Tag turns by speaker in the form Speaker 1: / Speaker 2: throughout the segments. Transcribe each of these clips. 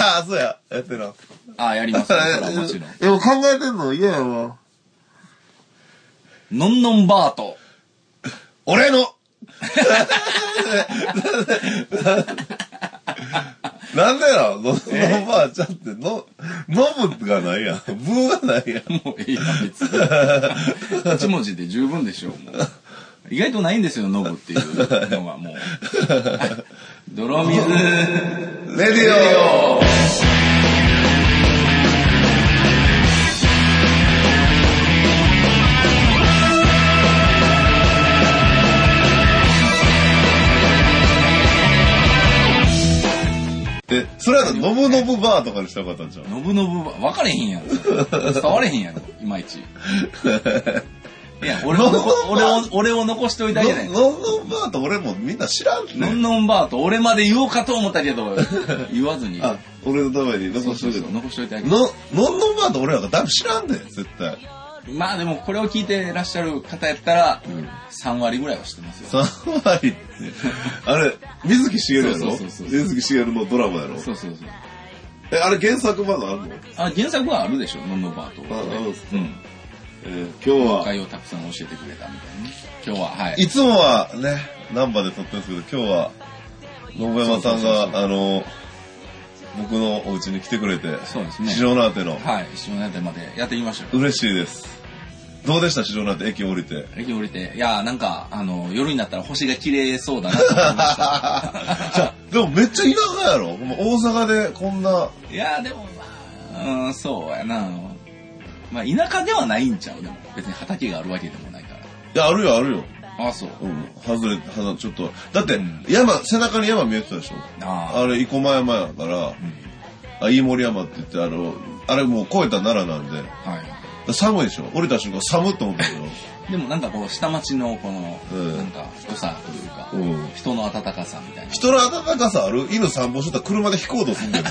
Speaker 1: ああ、そうや。やってな。
Speaker 2: ああ、やりま すよ、それはもちろん。
Speaker 3: え、もう考えてんの嫌やわ。
Speaker 2: のんのんバート。
Speaker 1: 俺のなんでなのののばあちゃんって、の、のぶがないやん。ぶーがないやん。
Speaker 2: もういいや、別に。一文字で十分でしょう、もう。意外とないんですよ、ノブっていうのがもう。 泥水。
Speaker 1: レディオえ、それはノブノブバーとかにしたかったんじゃん。
Speaker 2: ノブノブは分かれへんやろ。伝われへんやろ、いまいち。いや、俺を残、俺を、俺を残しておいたいじゃない。
Speaker 1: ノブノブバーと俺もみんな知らん
Speaker 2: の
Speaker 1: ね
Speaker 2: んのんバート、俺まで言おうかと思ったけど、言わずに。
Speaker 1: あ、俺のために
Speaker 2: そ
Speaker 1: 残
Speaker 2: う
Speaker 1: し
Speaker 2: そう
Speaker 1: と
Speaker 2: そう、
Speaker 1: くの。
Speaker 2: 残しておいてあげる。
Speaker 1: の、ノンノンバーと俺らがだいぶ知らんね絶対。
Speaker 2: まあでも、これを聞いてらっしゃる方やったら、3割ぐらいは知ってますよ。
Speaker 1: 3割って。あれ、水木しげるや
Speaker 2: そう
Speaker 1: ろ
Speaker 2: そうそうそう
Speaker 1: 水木しげるのドラマやろ
Speaker 2: そうそうそう。
Speaker 1: え、あれ原作まだあるの
Speaker 2: あ、原作はあるでしょ、のんのんバート。
Speaker 1: ああるんす
Speaker 2: うん。
Speaker 1: えー今日は、
Speaker 2: 概要をたくさん教えてくれたみたいなね。今日は、はい。
Speaker 1: いつもはね、ナンバーで撮ってるんですけど、今日は、信山さん
Speaker 2: そうそうそうそ
Speaker 1: が、あの、僕のお家に来てくれて、
Speaker 2: そうですね
Speaker 1: 市場なんての、
Speaker 2: はい、一緒になってまでやってきましたよ。
Speaker 1: 嬉しいです。どうでした市場なんて駅降りて。
Speaker 2: 駅降りて、いやーなんか、あの、夜になったら星が綺麗そうだなと思いました。
Speaker 1: じゃあでもめっちゃ田舎やろもう大阪でこんな、
Speaker 2: いやーでもまあ、うん、そうやな。まあ、田舎ではないんちゃうでも、別に畑があるわけでもないか
Speaker 1: いや、あるよあるよ。
Speaker 2: ら。あ、そう。
Speaker 1: うん、外れ、外ちょっと。だって
Speaker 2: うん、
Speaker 1: 山、背中に山見えてたでしょ
Speaker 2: あ
Speaker 1: あれ、生駒山やから、あ、飯森山って言って、あの、あれもう越えた奈良なんで、
Speaker 2: あ、はい。
Speaker 1: 寒いでしょ降りた瞬間寒っと思ったけど。
Speaker 2: でもなんかこう、下町のこの、
Speaker 1: うん
Speaker 2: なんか、良さと いうか、
Speaker 1: うん
Speaker 2: 人の温かさみたいな。
Speaker 1: 人の暖かさある犬散歩してたら車で引こうとすんだ よ。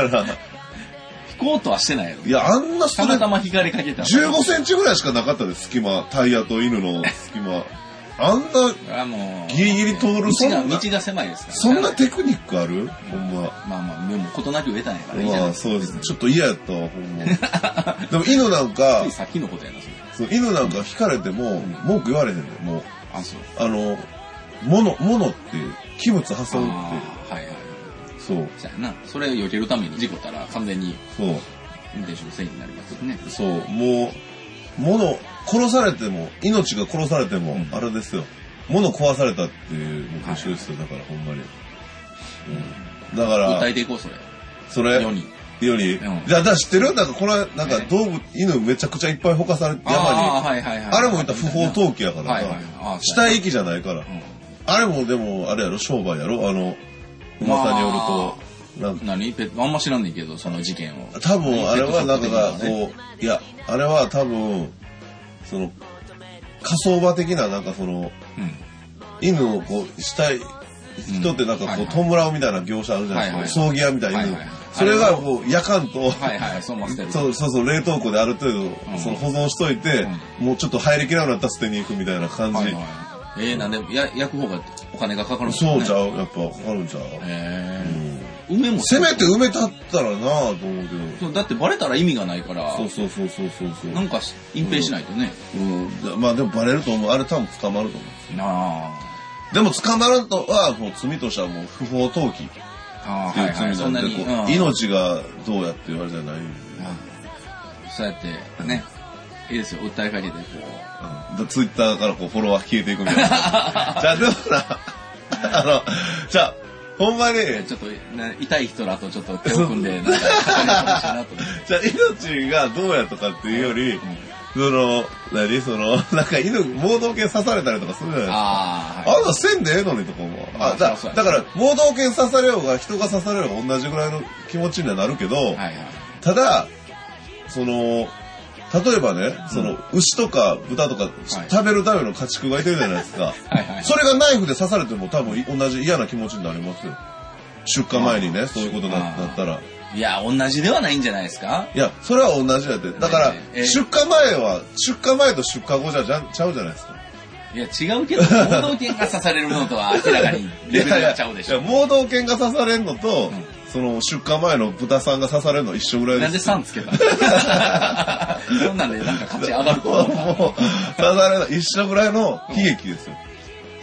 Speaker 2: 引こうとはしてないやろ
Speaker 1: い。や、あんなそ
Speaker 2: た
Speaker 1: れ
Speaker 2: ま、たま引かれかけた。
Speaker 1: 15センチぐらいしかなかったです、隙間。タイヤと犬の隙間。あんな、
Speaker 2: あの
Speaker 1: ギリギリ通る
Speaker 2: 道が
Speaker 1: そんな
Speaker 2: 道が狭いですから、
Speaker 1: そんなテクニックあるほんま。
Speaker 2: まあまあでも事なきを得たんやからいいじゃな
Speaker 1: まあ、
Speaker 2: いですか
Speaker 1: そうです。ちょっと嫌やったわ、ほんま。でも犬なんか
Speaker 2: つい、さっきのことやなそれ
Speaker 1: そう犬なんか引かれても、文句言われへんねん、もう。
Speaker 2: あそう
Speaker 1: あの、物、物っていう、器物破損っ
Speaker 2: あーはいはい
Speaker 1: て、そう、
Speaker 2: じゃあなそれを避けるために事故ったら完全に
Speaker 1: そう、
Speaker 2: 運転手のせいになりますよね
Speaker 1: そう、もう、物、殺されても、命が殺されても、
Speaker 2: うん
Speaker 1: あれですよ、物壊されたっていうのと一緒ですよ、だからほんまに。うん、だか
Speaker 2: 訴
Speaker 1: ら、
Speaker 2: えていこうそれ
Speaker 1: それ、
Speaker 2: 世に
Speaker 1: より、
Speaker 2: うん
Speaker 1: じゃあ、だから知ってるなんかこれ、なんか
Speaker 2: え
Speaker 1: 動物、犬めちゃくちゃいっぱいほかされて、山
Speaker 2: あ
Speaker 1: に。
Speaker 2: ーはいはいはい
Speaker 1: あれも言ったら不法投棄やからな、
Speaker 2: はいはいはいあー
Speaker 1: 死
Speaker 2: そう
Speaker 1: 体遺棄じゃないから。あれもでも、あれやろ、商売やろ、あの、噂によると、なん
Speaker 2: うん、何ペッあんま知らんねんけどその事件を
Speaker 1: 多分あれはなんかが
Speaker 2: ペットショップ的なの
Speaker 1: こういやあれは多分その火葬場的ななんかその犬をこうしたい人ってなんかこ
Speaker 2: うん
Speaker 1: う
Speaker 2: はい
Speaker 1: 弔うみたいな業者あるじゃないですか
Speaker 2: はい
Speaker 1: 葬儀屋みたいな
Speaker 2: はい
Speaker 1: 犬
Speaker 2: はい
Speaker 1: それがこう夜間と
Speaker 2: うんはいはいそう思ってる
Speaker 1: そうそうそう冷凍庫である程
Speaker 2: ん
Speaker 1: 度その保存しといてもうちょっと入りきらなくなったら捨てに行くみたいな感じ
Speaker 2: はいはいえー、なんでや焼く方がお金がかかるんですね
Speaker 1: そうちゃうやっぱかかるんちゃう
Speaker 2: えー、梅も
Speaker 1: せめて埋めたったらなぁと思うけど
Speaker 2: そうだってバレたら意味がないから
Speaker 1: そうそうそうそうそうそう
Speaker 2: なんかし隠蔽しないとね、
Speaker 1: うん、まあでもバレると思う。あれ多分捕まると思う。
Speaker 2: なあ
Speaker 1: でも捕まるとは、もう罪としてはもう不法投棄っていう
Speaker 2: あ
Speaker 1: 罪
Speaker 2: あは
Speaker 1: ないんで、
Speaker 2: はいそんなに、
Speaker 1: こう
Speaker 2: うん
Speaker 1: 命がどうやって言われてないんで、
Speaker 2: うんそうやってねいいですよ訴えかけてこう
Speaker 1: うん、ツイッターからこうフォロワー消えていくみ たいな。じゃあでもな、あの、じゃあ、ほんまに、
Speaker 2: ちょっとね痛い人らとちょっと手を組んでなんかしいなと思って
Speaker 1: じゃあ命がどうやとかっていうより、その、何その、なんか犬、盲導犬刺されたりとかするじゃないですか。
Speaker 2: ああ、は
Speaker 1: あんなせんでええのにとかも。
Speaker 2: まあ
Speaker 1: あ、だ
Speaker 2: そうそう
Speaker 1: だから、盲導犬刺されようが人が刺されようが同じぐらいの気持ちにはなるけど、
Speaker 2: い、はいはい
Speaker 1: ただ、その、例えばね、その、牛とか豚とか、食べるための家畜がいてるじゃないですか。
Speaker 2: はいはい
Speaker 1: それがナイフで刺されても多分い同じ嫌な気持ちになりますよ。出荷前にね、そういうことにな
Speaker 2: あー
Speaker 1: なったら。
Speaker 2: いや同じではないんじゃないですか
Speaker 1: いや、それは同じやで。だから
Speaker 2: ね、え
Speaker 1: 出荷前は、出荷前と出荷後じゃじゃちゃうじゃないですか。
Speaker 2: いや違うけど盲導犬が刺されるのとは明らかにレベルがちゃうでし
Speaker 1: い
Speaker 2: ょ
Speaker 1: や盲導犬が刺されんのと、
Speaker 2: ん
Speaker 1: その出荷前の豚さんが刺されるの一緒ぐらい
Speaker 2: なん
Speaker 1: で。
Speaker 2: です3つ けたのそんなんでなんか価値上がる と
Speaker 1: もう
Speaker 2: 思う
Speaker 1: 刺されるの一緒ぐらいの悲劇ですよ。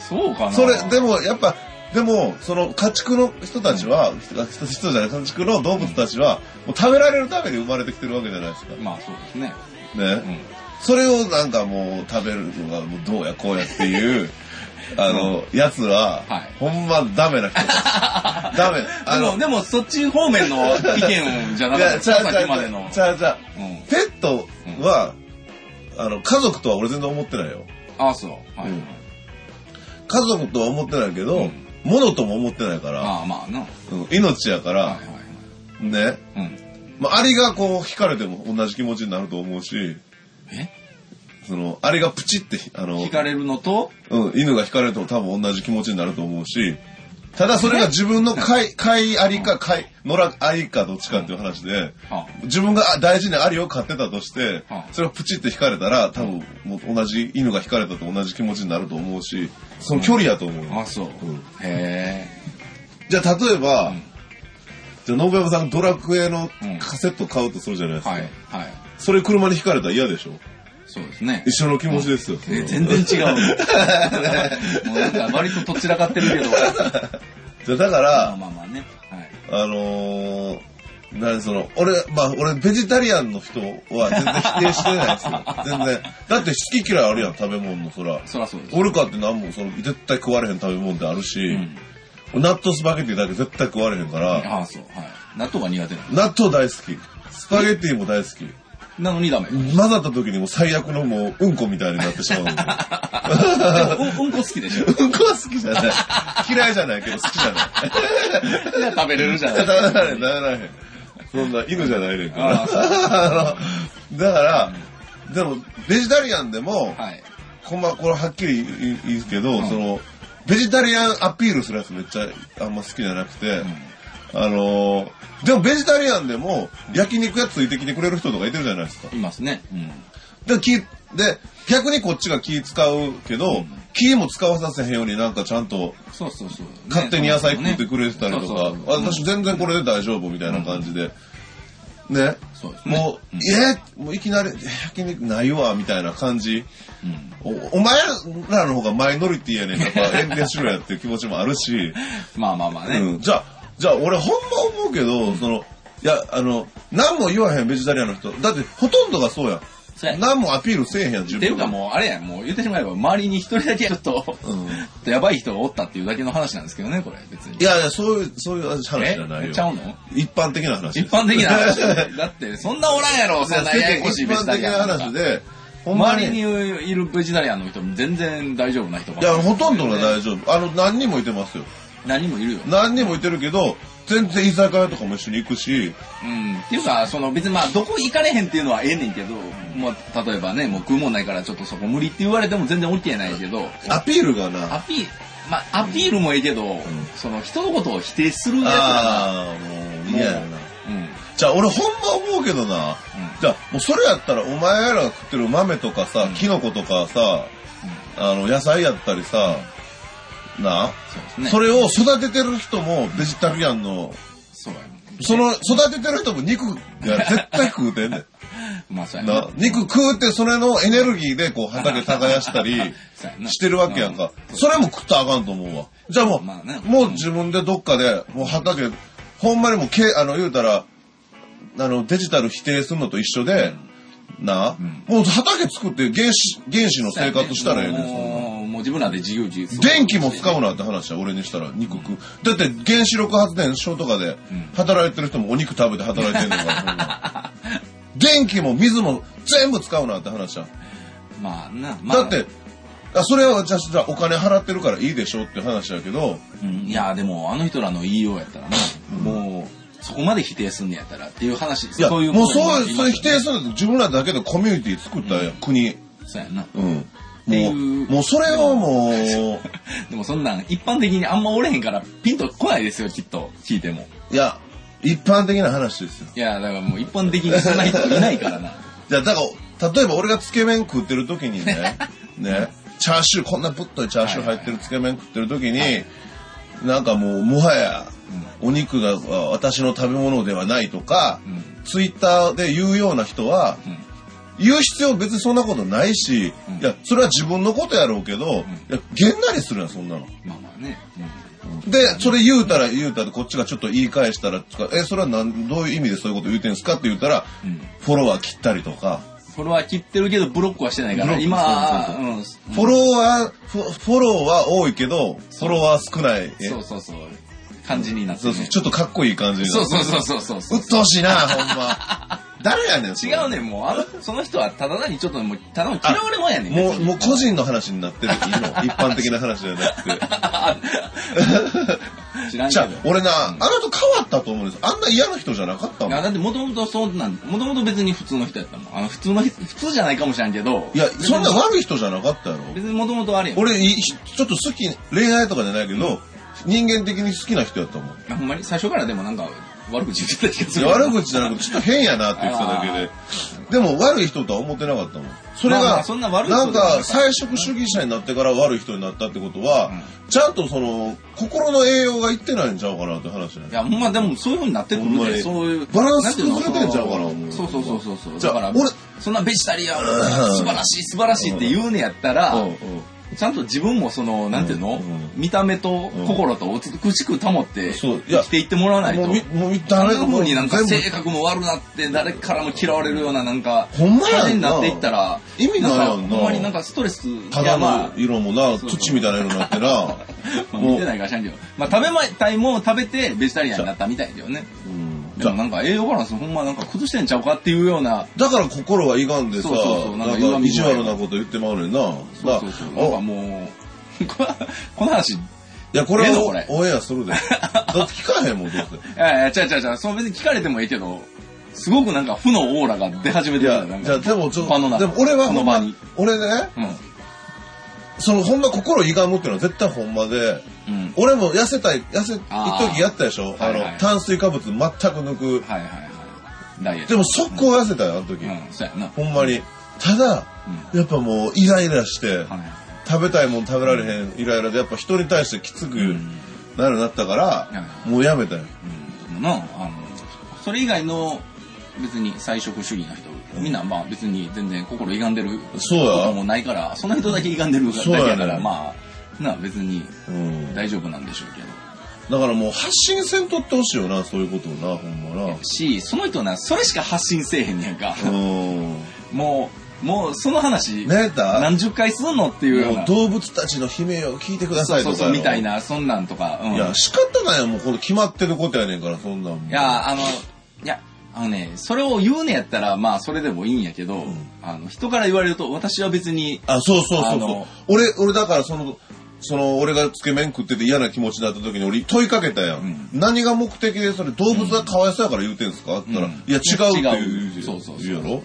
Speaker 2: そうかな
Speaker 1: それ、でもやっぱ、でも、その家畜の人たちは、人人人じゃない、家畜の動物たちは、もう食べられるために生まれてきてるわけじゃないですか。ね。
Speaker 2: まあそうですねうん
Speaker 1: それをなんかもう食べるのがもうどうやこうやっていうあの、やつは、
Speaker 2: はい
Speaker 1: ほんまダメな人ですダメあ
Speaker 2: で
Speaker 1: の
Speaker 2: もでもそっち方面の意見じゃないかった
Speaker 1: や
Speaker 2: で
Speaker 1: ち
Speaker 2: す
Speaker 1: ゃ
Speaker 2: か
Speaker 1: うちゃ
Speaker 2: さっ
Speaker 1: う
Speaker 2: きまでの
Speaker 1: ちゃうちゃう
Speaker 2: うん
Speaker 1: ペットは、あの家族とは俺全然思ってないよ
Speaker 2: ああそうはい
Speaker 1: うん家族とは思ってないけど、
Speaker 2: うん
Speaker 1: 物とも思ってないから、
Speaker 2: まあまあなは
Speaker 1: うん命やから、
Speaker 2: いはいはい
Speaker 1: ね、
Speaker 2: うん
Speaker 1: まあ、アリがこう引かれても同じ気持ちになると思うし
Speaker 2: え
Speaker 1: そのアリがプチってあの
Speaker 2: 聞かれるのと
Speaker 1: うん、犬が引かれても多分同じ気持ちになると思うし、ただそれが自分の飼い、飼いアリか飼い、野良アリかどっちかっていう話で、
Speaker 2: あ
Speaker 1: 自分が大事にアリを飼ってたとして
Speaker 2: は、い
Speaker 1: それをプチって引かれたら、多分もう同じ、犬が引かれたと同じ気持ちになると思うし、その距離やと思うよ。
Speaker 2: あそう
Speaker 1: うん
Speaker 2: へ
Speaker 1: じゃあ例えば、
Speaker 2: うん
Speaker 1: じゃあ信山さんドラクエの
Speaker 2: うん
Speaker 1: カセット買うとするじゃないで
Speaker 2: え
Speaker 1: すか。
Speaker 2: はいはい
Speaker 1: それ車に引かれたら嫌でしょ
Speaker 2: そうですね
Speaker 1: 一緒の気持ちですよ。
Speaker 2: え全然 違う。もうなんか割とどちらかってるけど。
Speaker 1: じゃあだから、
Speaker 2: まあまあまあね。はい。
Speaker 1: あのー、何その、俺、まあ俺、ベジタリアンの人は全然否定してないです よ。全然。だって好き嫌いあるやん、食べ物もそら。
Speaker 2: そらそうです。
Speaker 1: 俺かってなんも、その、絶対食われへん食べ物ってあるし、
Speaker 2: うん。
Speaker 1: 納豆スパゲティだけ絶対食われへんから、
Speaker 2: ああ、そう。はい。納豆が苦手な
Speaker 1: 納豆大好き。スパゲティも大好き。
Speaker 2: の。なのにダメ。でも
Speaker 1: 混ざった時にもう最悪のもう、うんこみたいになってしまうの。
Speaker 2: うんうんこ好きでしょ。
Speaker 1: うんこは好きじゃない。嫌いじゃないけど好きじゃない。
Speaker 2: じゃあ食べれるじゃない
Speaker 1: な。らない、ならない。そんな犬じゃないねんから。あのだから、でも、ベジタリアンでも、
Speaker 2: はい。
Speaker 1: ほんま、これはっきり言い言うけど、
Speaker 2: ん
Speaker 1: その、ベジタリアンアピールするやつめっちゃあんま好きじゃなくて、あのーでもベジタリアンでも焼肉やつついてきてくれる人とかいてるじゃないですか。
Speaker 2: いますね。うん。
Speaker 1: で、気、で、逆にこっちが気使うけど、気も使わさせへんようになんかちゃんと
Speaker 2: そうそうそう。
Speaker 1: 勝手に野菜食
Speaker 2: ね
Speaker 1: ってくれてたりと
Speaker 2: そう
Speaker 1: か
Speaker 2: そう、そう
Speaker 1: 私全然これで大丈夫みたいな感じで、ね、
Speaker 2: そうですね。
Speaker 1: もう、えーもういきなり、え焼肉ないわ、みたいな感じ。
Speaker 2: うん。
Speaker 1: おお前らの方がマイノリティやねん から、遠慮しろやっていう気持ちもあるし、
Speaker 2: まあまあまあね。
Speaker 1: うん、じゃあ、じゃあ俺ほんま思うけど、その、いや、あの、何も言わへんベジタリアンの人。だって、ほとんどがそうや
Speaker 2: そうや
Speaker 1: ん。何もアピールせえへんやん、自
Speaker 2: っていうか
Speaker 1: が
Speaker 2: もう、あれや、もう言ってしまえば、周りに一人だけちょっと、
Speaker 1: うん
Speaker 2: やばい人がおったっていうだけの話なんですけどね、これ、別に。
Speaker 1: いやいや、そういう、そういう話じゃ
Speaker 2: え
Speaker 1: ないよ
Speaker 2: ちゃ。うの
Speaker 1: 一般的な話です。
Speaker 2: 一般的 な話だって、そんなおらんやろ、そんなややこしい
Speaker 1: 一
Speaker 2: ベジ
Speaker 1: 般
Speaker 2: タ
Speaker 1: 的
Speaker 2: リ
Speaker 1: な
Speaker 2: アンなんか
Speaker 1: 話で、ほんま
Speaker 2: 周り
Speaker 1: に。い
Speaker 2: にいるベジタリアンの人も全然大丈夫な人ばっか
Speaker 1: や、
Speaker 2: り
Speaker 1: ほとんどが大丈夫。あの、何人もいてますよ。
Speaker 2: 何人もいるよ。
Speaker 1: 何人もいてるけど、全然居酒屋とかも一緒に行くし、
Speaker 2: うん。っていうか、その別にまあ、どこ行かれへんっていうのはええねんけど、まあ、例えばね、もう食うもんないからちょっとそこ無理って言われても全然 OK ないけど、
Speaker 1: アピールがな、
Speaker 2: アピール、まあ、アピールもええけど、その人のことを否定するやつらが、
Speaker 1: ああ、もう嫌やな。
Speaker 2: うん。
Speaker 1: じゃあ俺ほんま思うけどな、じゃあもうそれやったらお前らが食ってる豆とかさ、キノコとかさ、あの野菜やったりさ、なあ、
Speaker 2: そうですね。
Speaker 1: それを育ててる人もベジタリアンの、
Speaker 2: そうや。
Speaker 1: その育ててる人も肉が絶対食うてんねん。
Speaker 2: まあ、そうやな
Speaker 1: な肉食うってそれのエネルギーでこう畑耕したり
Speaker 2: そうやな
Speaker 1: してるわけやんかそれも食ったらあかんと思うわじゃあもう、
Speaker 2: まあね
Speaker 1: もう自分でどっかでもう畑ほんまにもうけあの言うたらあのデジタル否定するのと一緒で、なあ、もう畑作って原始原始の生活したらええねんそんな
Speaker 2: もうもう自分らで自由自由。
Speaker 1: 電気も使うなって話は俺にしたら肉食うだって原子力発電所とかで働いてる人もお肉食べて働いてんのからそんな電気も水も全部使うなって話は
Speaker 2: まあな、まあ、
Speaker 1: だってあそれはじゃあじゃあお金払ってるからいいでしょって話だけど
Speaker 2: うんいやでもあの人らの言いようやったらな、もうそこまで否定すんねやったらっていう話
Speaker 1: いやもう
Speaker 2: こと
Speaker 1: そう
Speaker 2: になり
Speaker 1: いうそ
Speaker 2: まよ
Speaker 1: れ
Speaker 2: ね
Speaker 1: 否定するんだって自分らだけでコミュニティ作ったやん国
Speaker 2: そうやな
Speaker 1: うん
Speaker 2: てい
Speaker 1: も
Speaker 2: う
Speaker 1: うもうそれをもう
Speaker 2: でもそんなん一般的にあんまおれへんからピンとこないですよきっと聞いても
Speaker 1: いや一般的な話ですよ
Speaker 2: いやだからもう一般的にそんな人いないか らな
Speaker 1: じゃあ、だから、例えば俺がつけ麺食ってる時 にね、ね、チャーシュー、こんなぶっといチャーシュー入ってるつけ麺食ってる時に、なんかもうもはやお肉があ私の食べ物ではないとか、
Speaker 2: うん
Speaker 1: ツイッターで言うような人は、
Speaker 2: ん
Speaker 1: 言う必要別にそんなことないし、い
Speaker 2: ん
Speaker 1: やそれは自分のことやろうけど、いやげんなりするやんそんなの。
Speaker 2: まあまあね。
Speaker 1: でそれ言うたら言うたらこっちがちょっと言い返したらつかえそれはなんどういう意味でそういうこと言うてんすかって言ったら、
Speaker 2: ん
Speaker 1: フォロワー切ったりとか。
Speaker 2: フォロワー切ってるけどブロックはしてないか
Speaker 1: ブロ
Speaker 2: ら、
Speaker 1: ック
Speaker 2: 今
Speaker 1: そう
Speaker 2: は、うん。
Speaker 1: フォロワー、フォフォローは多いけど、フォロワー少ない。え
Speaker 2: そうそうそう。感じになって
Speaker 1: そう
Speaker 2: ね。
Speaker 1: そう、ちょっとかっこいい感じにな
Speaker 2: そ
Speaker 1: る
Speaker 2: うそうそうそうそうそう
Speaker 1: うっとうしいな、ほん ま。誰やねん、それ
Speaker 2: 違うねんもう、あの、その人はただ単にちょっともう、ただの嫌われ者やねん。
Speaker 1: もう、もう個人の話になってるいいの一般的な話じゃなくて。
Speaker 2: 知らん
Speaker 1: じ
Speaker 2: け
Speaker 1: ゃあ
Speaker 2: ど。、
Speaker 1: 俺な、あの人変わったと思うんですあんな嫌な人じゃなかったもん。
Speaker 2: あだってもともとそうなん、もともと別に普通の人やったもん。あの、普通の人、普通じゃないかもしれんけど。
Speaker 1: いや、そんな
Speaker 2: 別に
Speaker 1: 悪い人じゃなかったやろ。
Speaker 2: 別にもともとあれやん。
Speaker 1: 俺、いちょっと好き、恋愛とかじゃないけど、人間的に好きな人やったもん。
Speaker 2: ほんまに最初からでもなんか悪口言ってた気がす
Speaker 1: い
Speaker 2: る。
Speaker 1: や悪口じゃなくて、ちょっと変やなって言ってただけで。でも悪い人とは思ってなかったもん。それ
Speaker 2: まあま
Speaker 1: が
Speaker 2: あ、そんな悪い
Speaker 1: な
Speaker 2: 人
Speaker 1: ん
Speaker 2: ではなか
Speaker 1: か
Speaker 2: った
Speaker 1: 菜食主義者になってから悪い人になったってことは、ちゃんとその、心の栄養がいってないんちゃうかなって話なん
Speaker 2: い
Speaker 1: や
Speaker 2: や、ほんまでもそういう風になってくる
Speaker 1: ほんま
Speaker 2: ん
Speaker 1: に
Speaker 2: で、そういう。
Speaker 1: バランス
Speaker 2: な
Speaker 1: 崩れてんちゃうかな
Speaker 2: そ
Speaker 1: もう
Speaker 2: そうそうそうそうそう。
Speaker 1: じゃあ
Speaker 2: だから、
Speaker 1: 俺
Speaker 2: そんなベジタリアン、素晴らしい素晴らしいって言うねやったら、
Speaker 1: うんうん
Speaker 2: ちゃんと自分もその、なんていうの、
Speaker 1: うんうん
Speaker 2: 見た目と心と美しく保って
Speaker 1: そう
Speaker 2: 生
Speaker 1: いや
Speaker 2: きていってもらわないと。
Speaker 1: もうみ、もう、
Speaker 2: あん
Speaker 1: 誰
Speaker 2: な
Speaker 1: か
Speaker 2: 風
Speaker 1: もう
Speaker 2: になんか
Speaker 1: 全部
Speaker 2: 性格も悪なって誰からも嫌われるようななんか
Speaker 1: ほんまやんな
Speaker 2: 感じになっていったら
Speaker 1: 意味ないやんなん
Speaker 2: かほんまになんかストレス
Speaker 1: ただの色もな、土みたいな色になってな。
Speaker 2: まあ、
Speaker 1: も
Speaker 2: 見
Speaker 1: う
Speaker 2: てないから知らんけど、まあ、食べまいたいもんを食べてベジタリアンになったみたいだよね
Speaker 1: うん
Speaker 2: でもなんか栄養バランスほんまなんか崩してんちゃうかっていうような
Speaker 1: だから心は歪んでさ、
Speaker 2: そうそうそう
Speaker 1: な
Speaker 2: なんん
Speaker 1: か
Speaker 2: か
Speaker 1: 意地悪なこと言ってまうねんな。
Speaker 2: そうそうそう
Speaker 1: だ
Speaker 2: なんかもう この話い
Speaker 1: いや、これ
Speaker 2: ええ
Speaker 1: は
Speaker 2: のこれ
Speaker 1: オンエアす るで。だって聞かへんもん、どうせ。
Speaker 2: やいや違う違う違うそう別に聞かれてもいいけどすごくなんか負のオーラが出始め
Speaker 1: い
Speaker 2: てる
Speaker 1: や
Speaker 2: よなん、
Speaker 1: じゃあ
Speaker 2: か
Speaker 1: でもちょっ
Speaker 2: 場の
Speaker 1: と、
Speaker 2: 中
Speaker 1: でも俺は
Speaker 2: こ
Speaker 1: ほ
Speaker 2: の
Speaker 1: んま
Speaker 2: 場に、
Speaker 1: 俺ね、
Speaker 2: うん
Speaker 1: そのほんま心歪むっていうのは絶対ほんまで、
Speaker 2: うん
Speaker 1: 俺も痩せたい、痩せ、一
Speaker 2: あー
Speaker 1: 時やったでしょあ
Speaker 2: はいはい
Speaker 1: の、炭水化物全く抜く。
Speaker 2: はいはいはいダイエット
Speaker 1: でも速攻痩せたよ、あの時
Speaker 2: う。んそうやな
Speaker 1: ほんまに。ただ、やっぱもうイライラして、
Speaker 2: はい
Speaker 1: 食べたいもん食べられへんイライラで、やっぱ人に対してきつくなるようになったから、もうやめたよ。
Speaker 2: うんなあのそれ以外の別に菜食主義な人みんなまあ別に全然心歪んでる
Speaker 1: そうや
Speaker 2: こともないからその人だけ歪んでるだけや
Speaker 1: そう
Speaker 2: か
Speaker 1: や
Speaker 2: ら
Speaker 1: ね
Speaker 2: まあなあ別に
Speaker 1: うん。
Speaker 2: 大丈夫なんでしょうけど。
Speaker 1: だからもう発信せんとってほしいよな、そういうことをな、ほんまな。
Speaker 2: し、その人な、それしか発信せえへんねやんか。
Speaker 1: うん。
Speaker 2: もう、もうその話、
Speaker 1: ねえた
Speaker 2: 何十回すんのっていうよう
Speaker 1: もう
Speaker 2: な。
Speaker 1: 動物たちの悲鳴を聞いてくださ
Speaker 2: そう
Speaker 1: いと
Speaker 2: そ
Speaker 1: か
Speaker 2: うそう、みたい。な、そんなんとか。うん、
Speaker 1: いや、仕方ないよ、もうこれ決まってることやねんから、そんなんもう。
Speaker 2: いや、あの、いや、あのね、それを言うねやったら、まあ、それでもいいんやけど、あの、人から言われると、私は別に、
Speaker 1: あ、そうそうそ
Speaker 2: あ
Speaker 1: うそう
Speaker 2: の。
Speaker 1: 俺、俺だからその、その、俺がつけ麺食ってて嫌な気持ちになった時に俺問いかけたやん。何が目的でそれ動物がかわいそうやから言うてんすかって言ったら、
Speaker 2: うん
Speaker 1: いや、違うって言う
Speaker 2: 違うそうそうそう
Speaker 1: 言うやろ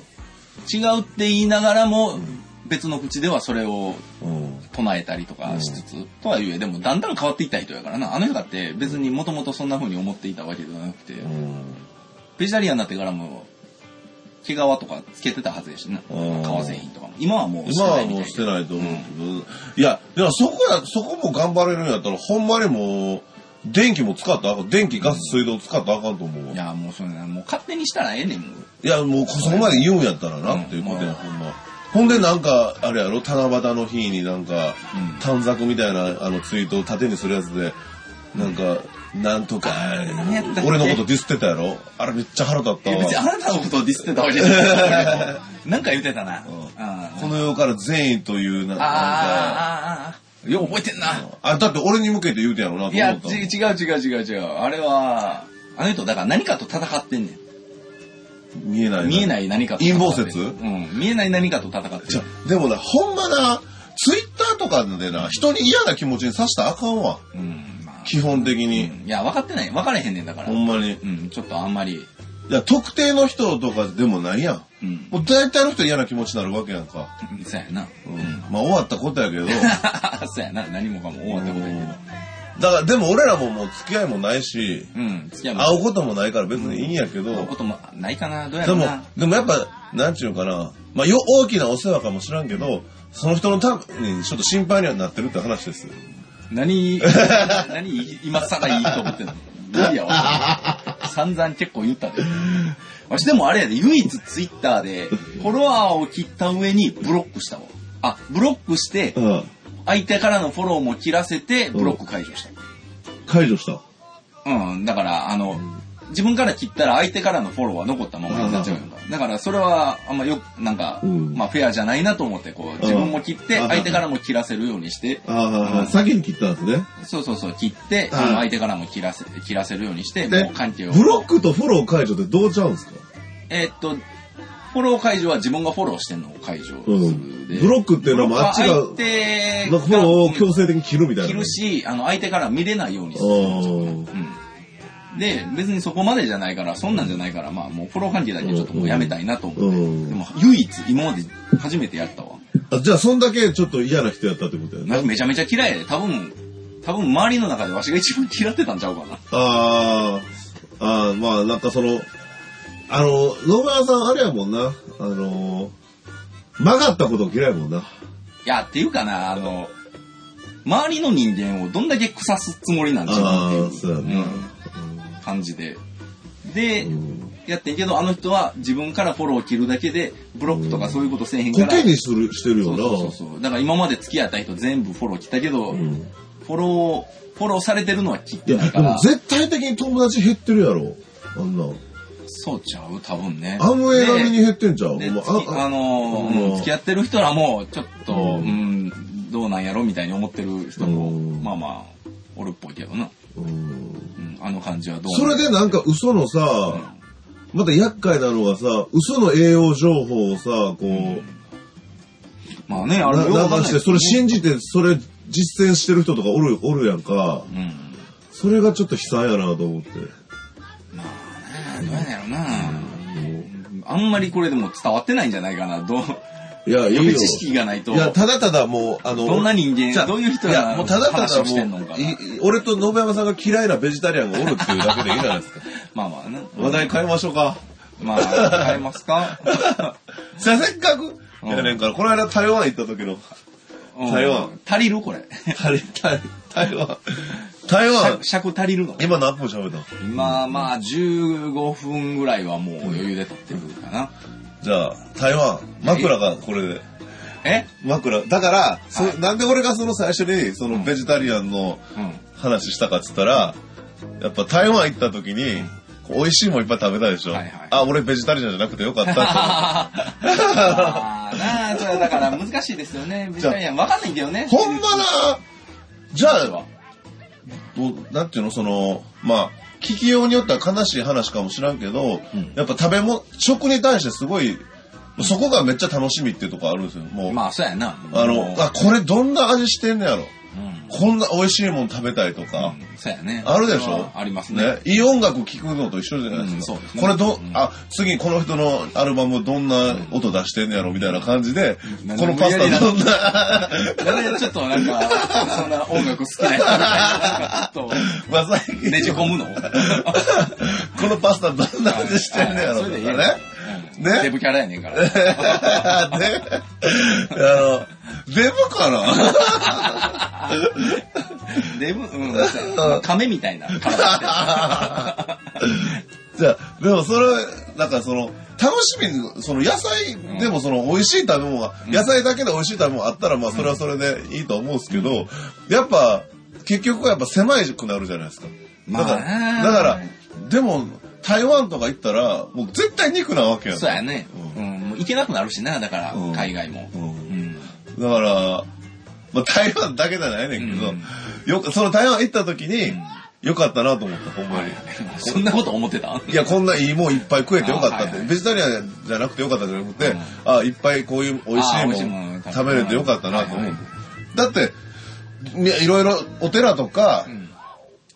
Speaker 2: 違うって言いながらも、別の口ではそれを
Speaker 1: うん。
Speaker 2: 唱えたりとかしつつ、とはいえ、でも、だんだん変わっていった人やからな。あの人だって、別にもともとそんな風に思っていたわけじゃなくて、
Speaker 1: うん。
Speaker 2: ベジタリアンになってからも、毛皮とかつけてたはずやしな。
Speaker 1: うん
Speaker 2: 革製品とかも。今はもうして
Speaker 1: 今
Speaker 2: な
Speaker 1: はい
Speaker 2: み
Speaker 1: も
Speaker 2: た
Speaker 1: う
Speaker 2: い
Speaker 1: してないと思うけど、いや、でもそこや、そこも頑張れるんやったら、ほんまにもう、電気も使ったらあかん、電気、ガス、水道使ったらあかんと思うわ。
Speaker 2: いや、もうそれな、もう勝手にしたらええねん、もう。
Speaker 1: いや、もうそこまで言うんやったらな、
Speaker 2: うん
Speaker 1: っていうこと
Speaker 2: う
Speaker 1: や、
Speaker 2: ん
Speaker 1: ほんま。ほんでなんか、あれやろ、七夕の日になんか
Speaker 2: うん、
Speaker 1: 短冊みたいなあのツイートを縦にするやつで、なんか、なんとか
Speaker 2: ーやったっ、け
Speaker 1: 俺のことディスってたやろあれめっちゃ腹立った
Speaker 2: いや別にあ
Speaker 1: わ。
Speaker 2: なたのことをディスってたわけじゃない。なんか言ってたな。うんあ
Speaker 1: この世から善意というな、なん
Speaker 2: あ、
Speaker 1: か、
Speaker 2: ああ、よう覚えてんな。
Speaker 1: あ、だって俺に向けて言うてんやろなと思った
Speaker 2: いや、
Speaker 1: もん。
Speaker 2: ち違う違う違う違う。あれは、あの人、だから何かと戦ってんね
Speaker 1: 見えない。
Speaker 2: ん。見えない何かと
Speaker 1: 陰
Speaker 2: 戦ってんねん。
Speaker 1: 謀説
Speaker 2: うん。見えない何かと戦って
Speaker 1: じゃ
Speaker 2: る。
Speaker 1: でもな、ほんまな、ツイッターとかでな、人に嫌な気持ちにさしたらあかんわ。
Speaker 2: うん。まあ
Speaker 1: 基本的に。
Speaker 2: いや、分かってない。分からへんねんだから。
Speaker 1: ほんまに。
Speaker 2: うん。ちょっとあんまり。
Speaker 1: いや、特定の人とかでもないやん。
Speaker 2: うん。
Speaker 1: もう大体の人嫌な気持ちになるわけやんか。
Speaker 2: そうやな。
Speaker 1: うん。まあ終わったことやけ ど。だ
Speaker 2: そうやな。何もかも終わったことやけど。
Speaker 1: から、でも俺らももう付き合いもないし、
Speaker 2: うん。付き合いも
Speaker 1: 会うこともないから別にいいんやけ
Speaker 2: 会う
Speaker 1: ど
Speaker 2: こ、ともないかな。どうや
Speaker 1: で
Speaker 2: ろう
Speaker 1: も
Speaker 2: な。、
Speaker 1: でもやっぱ、なんちゅうかな、まあよ、大きなお世話かもしらんけど、その人のためにちょっと心配にはなってるって話ですよ。
Speaker 2: 何、何、今更いいと思ってんの無理 やわ。散々結構言ったで。わしでもあれやで、唯一ツイッターで、フォロワーを切った上にブロックしたわ。あ、ブロックして
Speaker 1: う、ん。
Speaker 2: 相手からのフォローも切らせて、ブロック解除した。
Speaker 1: 解除した。
Speaker 2: うん、だから、あの、自分から切ったら相手からのフォローは残ったままになっちゃうやんか。だから、それは、あんまよく、なんか、
Speaker 1: うん
Speaker 2: まあ、フェアじゃないなと思って、こう、自分も切って、
Speaker 1: うん
Speaker 2: 相手からも切らせるようにして、
Speaker 1: ああ、先に切ったんですね。
Speaker 2: そうそうそう、切って、
Speaker 1: うん
Speaker 2: あの相手からも切らせ、切らせるようにして、
Speaker 1: で
Speaker 2: もう関係を。
Speaker 1: ブロックとフォロー解除ってどうちゃうんですか
Speaker 2: えーっと、フォロー解除は自分がフォローしてんのを解除す
Speaker 1: う
Speaker 2: る
Speaker 1: ん。
Speaker 2: で。
Speaker 1: ブロックっていうのはもうあっちが、
Speaker 2: ブ
Speaker 1: な
Speaker 2: ロックは相手
Speaker 1: んかフォローを
Speaker 2: が
Speaker 1: 強制的に切るみたいな。
Speaker 2: 切るし、あの、相手から見れないようにする。
Speaker 1: うん。
Speaker 2: うんで、別にそこまでじゃないから、そんなんじゃないから、まあもうフォロー関係だけちょっともうやめたいなと思って。
Speaker 1: うん
Speaker 2: でも唯一今まで初めてやったわ。
Speaker 1: あじゃあ、そんだけちょっと嫌な人やったってことやね。
Speaker 2: なんかめちゃめちゃ嫌いやで、多分、多分周りの中でわしが一番嫌ってたんちゃうかな。
Speaker 1: ああ、ああ、まあ、なんかその、あの、野村さんあれやもんな。あの、曲がったこと嫌いやもんな。
Speaker 2: いや、っていうかな、あの、周りの人間をどんだけ腐すつもりなんちゃうか
Speaker 1: ああ、
Speaker 2: って
Speaker 1: そうや
Speaker 2: いう、
Speaker 1: な。
Speaker 2: うん感じで。で、
Speaker 1: うん
Speaker 2: やってんけど、あの人は自分からフォローを切るだけで、ブロックとかそういうことせえへん
Speaker 1: コ
Speaker 2: から。
Speaker 1: ケにする、してるよ
Speaker 2: そう
Speaker 1: な。
Speaker 2: そうそうそう。だから今まで付き合った人全部フォロー来たけど、
Speaker 1: うん
Speaker 2: フォロー、フォローされてるのは切っ
Speaker 1: い
Speaker 2: て
Speaker 1: や、
Speaker 2: ない
Speaker 1: で
Speaker 2: か
Speaker 1: も
Speaker 2: ら。
Speaker 1: 絶対的に友達減ってるやろ。あんな。
Speaker 2: そうちゃう多分ね。
Speaker 1: アムウェイ並みに減ってんちゃう
Speaker 2: で、で
Speaker 1: ほんま
Speaker 2: 付きあのー
Speaker 1: うん
Speaker 2: うん付き合ってる人らも、ちょっと、う
Speaker 1: うん
Speaker 2: ん、どうなんやろみたいに思ってる人も、
Speaker 1: うん
Speaker 2: まあまあ、おるっぽいけどな。
Speaker 1: うん
Speaker 2: うん、あの感じはどう
Speaker 1: それでなんか嘘のさ、また厄介なのがさ、嘘の栄養情報をさ、こう、
Speaker 2: まあね、あれ
Speaker 1: な
Speaker 2: よくわ
Speaker 1: なん
Speaker 2: か
Speaker 1: か
Speaker 2: んない
Speaker 1: して、
Speaker 2: けど
Speaker 1: そ
Speaker 2: ね
Speaker 1: れ信じて、それ実践してる人とかおる、おるやんか。
Speaker 2: うん。
Speaker 1: それがちょっと悲惨やなと思って。
Speaker 2: まあね、どうやねんやろな。あんまりこれでも伝わってないんじゃないかな。どう、
Speaker 1: いや、いい
Speaker 2: 予
Speaker 1: よ。
Speaker 2: 備知識がないと
Speaker 1: い、や、ただただもう、あの、
Speaker 2: どんな人
Speaker 1: じゃ
Speaker 2: 間、
Speaker 1: あ
Speaker 2: どういう人
Speaker 1: いや、
Speaker 2: が
Speaker 1: もうただた
Speaker 2: 話
Speaker 1: だ
Speaker 2: をしてん
Speaker 1: も
Speaker 2: の
Speaker 1: う
Speaker 2: か、な。
Speaker 1: い俺と信山さんが嫌いなベジタリアンがおるっていうだけでいいじゃないですか。
Speaker 2: まあまあね。
Speaker 1: 話題変えましょうか。
Speaker 2: まあ、変えま すか
Speaker 1: じゃあせっかく、
Speaker 2: うん
Speaker 1: やねんから、この間台湾行った時の、
Speaker 2: うん
Speaker 1: 台湾。
Speaker 2: 足りるこれ。
Speaker 1: 台、台、台湾。台湾、
Speaker 2: 尺尺足りるの
Speaker 1: 今何分喋ったの
Speaker 2: 今、まあ、15分ぐらいはもう余裕で経ってるかな。
Speaker 1: じゃあ、台湾、枕がこれで。
Speaker 2: え
Speaker 1: 枕。だから、そ
Speaker 2: はい
Speaker 1: なんで俺がその最初に、そのベジタリアンの
Speaker 2: うん。
Speaker 1: 話したかっつったら、やっぱ台湾行った時に、こう美味しいもんいっぱい食べたでしょ。
Speaker 2: はいはい
Speaker 1: あ、俺ベジタリアンじゃなくてよかったって思 った。
Speaker 2: ああ、なあ、それはだから難しいですよね。ベジタリアン。わかんないんだよね。
Speaker 1: ほんまなじゃ
Speaker 2: そ
Speaker 1: あ
Speaker 2: れは、
Speaker 1: どうなんていうのその、まあ、聞きようによっては悲しい話かもしらんけど、
Speaker 2: うん
Speaker 1: やっぱ食べ物、食に対してすごい、そこがめっちゃ楽しみっていうとこあるんですよ。もう、
Speaker 2: まあ、そうやな。
Speaker 1: あ
Speaker 2: も
Speaker 1: の
Speaker 2: う、
Speaker 1: あ、これどんな味してんのやろ。
Speaker 2: うん。
Speaker 1: こんな美味しいもん食べたいとか。
Speaker 2: うんそうやね。
Speaker 1: あるでし
Speaker 2: それは
Speaker 1: ょ
Speaker 2: ありますね。
Speaker 1: ね、いい音楽聴くのと一緒じゃないですか。
Speaker 2: うんそうですね
Speaker 1: これど、
Speaker 2: うん
Speaker 1: あ、次この人のアルバムどんな音出してんのやろみたいな感じで、
Speaker 2: うん
Speaker 1: このパスタどんな、
Speaker 2: なんでちょっとなんか、そんな音楽好きな人みたいな、なんかちょっ
Speaker 1: まあ最
Speaker 2: と、
Speaker 1: 近
Speaker 2: ねじ込むの
Speaker 1: このパスタどんな味してんのやろ
Speaker 2: そ
Speaker 1: とか
Speaker 2: れでいい
Speaker 1: ね。
Speaker 2: やんうん
Speaker 1: ね
Speaker 2: デブキャラやねんから。う
Speaker 1: で、あの、デブかなん
Speaker 2: デブ、うんそうやな、亀みたいな体してる。
Speaker 1: じゃあでもそれ、なんかその、楽しみに、その野菜でもその美味しい食べ物が、野菜だけで美味しい食べ物あったら、まあそれはそれでいいと思うんですけど、やっぱ、結局はやっぱ狭いくなるじゃないですか。だから、
Speaker 2: まあ
Speaker 1: だから、でも、台湾とか行ったら、もう絶対肉なわけやん。
Speaker 2: そうやね。う、
Speaker 1: うん
Speaker 2: もう行けなくなるしな、だから
Speaker 1: うん、
Speaker 2: 海外も。
Speaker 1: うん
Speaker 2: うん。
Speaker 1: だから、まあ、台湾だけじゃないねんけど、
Speaker 2: うん
Speaker 1: よく、その台湾行った時に、
Speaker 2: ん
Speaker 1: よかったなと思った、ほんまに。
Speaker 2: そんなこと思ってた
Speaker 1: いや、こんないいもんいっぱい食えてよかった
Speaker 2: あ
Speaker 1: っ
Speaker 2: はい
Speaker 1: て、
Speaker 2: はい
Speaker 1: ベジタリアンじゃなくてよかったじゃなくて、
Speaker 2: うん
Speaker 1: あいっぱいこういう美味しい
Speaker 2: あ美
Speaker 1: も
Speaker 2: 味しいも
Speaker 1: ん
Speaker 2: ん
Speaker 1: 食べれてよかったなと思う。
Speaker 2: はいはい
Speaker 1: だって、いやいろいろお寺とか、
Speaker 2: ん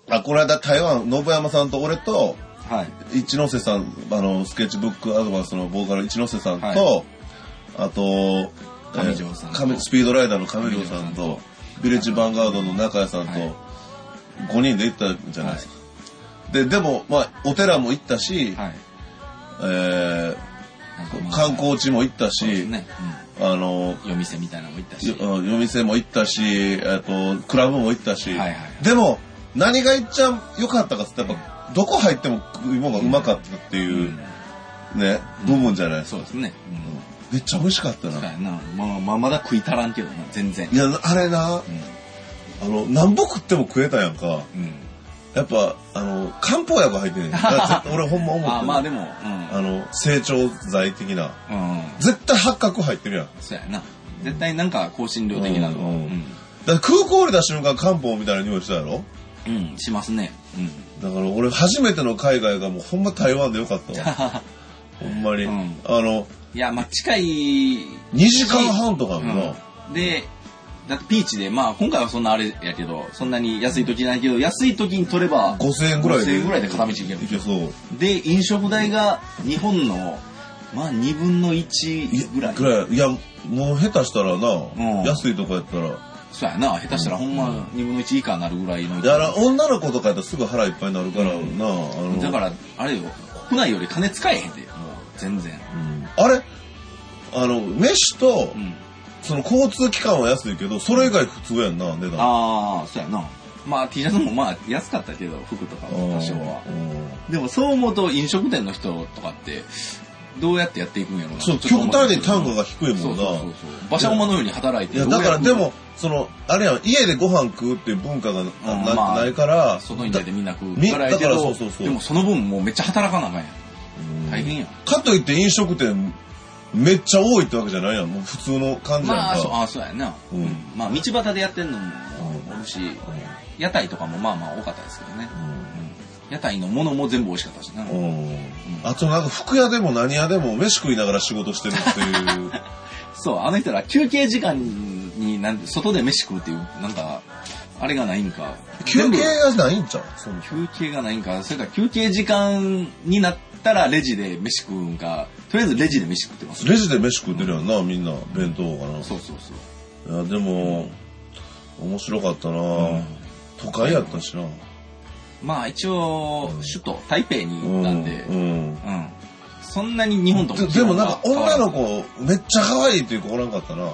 Speaker 1: あこの間台湾、信山さんと俺と、
Speaker 2: はい。
Speaker 1: 一ノ瀬さん、あの、スケッチブックアドバンスのボーカル一ノ瀬さんと、
Speaker 2: は
Speaker 1: あと、
Speaker 2: 上条さんと
Speaker 1: えー上スピードライダーの上条さん
Speaker 2: 上条
Speaker 1: と、ビレッジヴァンガードの中谷さんと、
Speaker 2: はい
Speaker 1: 5人で行ったじゃないですか。で、でも、まあ、お寺も行ったし、
Speaker 2: はい。
Speaker 1: えー観光地も行った
Speaker 2: そうで
Speaker 1: し、
Speaker 2: すね。
Speaker 1: あの
Speaker 2: うん。夜店みたいなのも行ったし
Speaker 1: よ。夜店も行ったし、えっと、クラブも行ったし、
Speaker 2: はいはい
Speaker 1: でも、何が一番良かったかっつって、やっぱ、どこ入っても食い物がうまかったっていうね、部分じゃないですか。
Speaker 2: そうですね。
Speaker 1: めっちゃ美味しかった
Speaker 2: うん。
Speaker 1: な。
Speaker 2: だからな、まあまあ、まだ食い足らんけどな、全然
Speaker 1: い。や、あれな、あの、なんぼ食っても食えたやんか。
Speaker 2: うん。
Speaker 1: やっぱ、あの、漢方薬入ってん ねん。だから絶対俺ほんま思って
Speaker 2: あ
Speaker 1: る
Speaker 2: まあでも、うん。
Speaker 1: あの、成長剤的な。
Speaker 2: うん。
Speaker 1: 絶対八角入ってるやん。
Speaker 2: そうやな。絶対なんか香辛料的なのは
Speaker 1: う
Speaker 2: うんん。
Speaker 1: だから空港降りた瞬間漢方みたいな匂いしたやろ
Speaker 2: うん、しますね。うん。
Speaker 1: だから俺初めての海外がもうほんま台湾でよかった わ。ほんまに。
Speaker 2: うん
Speaker 1: あの、
Speaker 2: いや、まあ近い。
Speaker 1: 2時間半とかもな、
Speaker 2: うんで、だってピーチで、まあ今回はそんなあれやけど、そんなに安い時じゃないけど、安い時に取れば、
Speaker 1: 5000円ぐらいで。
Speaker 2: 5000円ぐらいで片道行ける
Speaker 1: いけそう。
Speaker 2: で、飲食代が日本の、まあ2分の1ぐらい。
Speaker 1: ぐらい。いや、もう下手したらな、
Speaker 2: ん
Speaker 1: 安いとこやったら。
Speaker 2: そうやな、下手したらほんま2分の1以下になるぐらいの。
Speaker 1: だから女の子とかやったらすぐ腹いっぱいになるからな、あの。
Speaker 2: だから、あれよ、国内より金使えへんで、もう全然。
Speaker 1: うんあれあの、飯と
Speaker 2: う、ん。
Speaker 1: その交通機関は安いけど、それ以外普通やんな、値段。
Speaker 2: ああ、そうやな。まあ T シャツもまあ安かったけど、服とか
Speaker 1: うん
Speaker 2: も多少は。
Speaker 1: うん
Speaker 2: でもそう思うと飲食店の人とかって、どうやってやっていくんやろうな。
Speaker 1: そう、
Speaker 2: ちょ
Speaker 1: 極
Speaker 2: っと思っ
Speaker 1: 端
Speaker 2: て
Speaker 1: に単価が低い
Speaker 2: そ
Speaker 1: も
Speaker 2: うんそうそう
Speaker 1: な。
Speaker 2: そう。馬車馬のように働いて。
Speaker 1: いや、だから
Speaker 2: ど
Speaker 1: で
Speaker 2: うやっ
Speaker 1: も、その、あれやん、家でご飯食うっていう文化がな,な、な
Speaker 2: まあ
Speaker 1: ないから、
Speaker 2: て、外に出てみんな食う
Speaker 1: み
Speaker 2: からやけ
Speaker 1: だからそ
Speaker 2: ど
Speaker 1: うそうそう
Speaker 2: でもその分もうめっちゃ働かなあかんや
Speaker 1: うん
Speaker 2: ん。大変やん。
Speaker 1: かといって飲食店、めっちゃ多いってわけじゃないやん。もう普通の感じやんか。
Speaker 2: まあ、そう、あそうやな。
Speaker 1: うん
Speaker 2: うんまあ、道端でやってんのもおるし、屋台とかもまあまあ多かったですけどね。屋台のものも全部美味しかったしな。
Speaker 1: うんうんあとなんか服屋でも何屋でも飯食いながら仕事してるって いう。
Speaker 2: そう、あの人ら休憩時間になんて外で飯食うっていう、なんか、あれがないんか。
Speaker 1: 休
Speaker 2: 全部
Speaker 1: 憩がないんちゃうその
Speaker 2: 休憩がないんか。それから休憩時間になったらレジで飯食うんか。とりあえずレジで飯食ってます。
Speaker 1: レジで飯食ってるやんな、みんな。弁当かな。
Speaker 2: そうそうそう。
Speaker 1: いや、でも、面白かったな、
Speaker 2: ん
Speaker 1: 都会やったしな。
Speaker 2: まあ一応、首都、台北になんで、
Speaker 1: う
Speaker 2: うん。
Speaker 1: ん。
Speaker 2: そんなに日本と
Speaker 1: で
Speaker 2: も
Speaker 1: でもなんか
Speaker 2: 気温が
Speaker 1: 女
Speaker 2: 変わら
Speaker 1: の子、めっちゃ可愛いっていう子おらんかったな。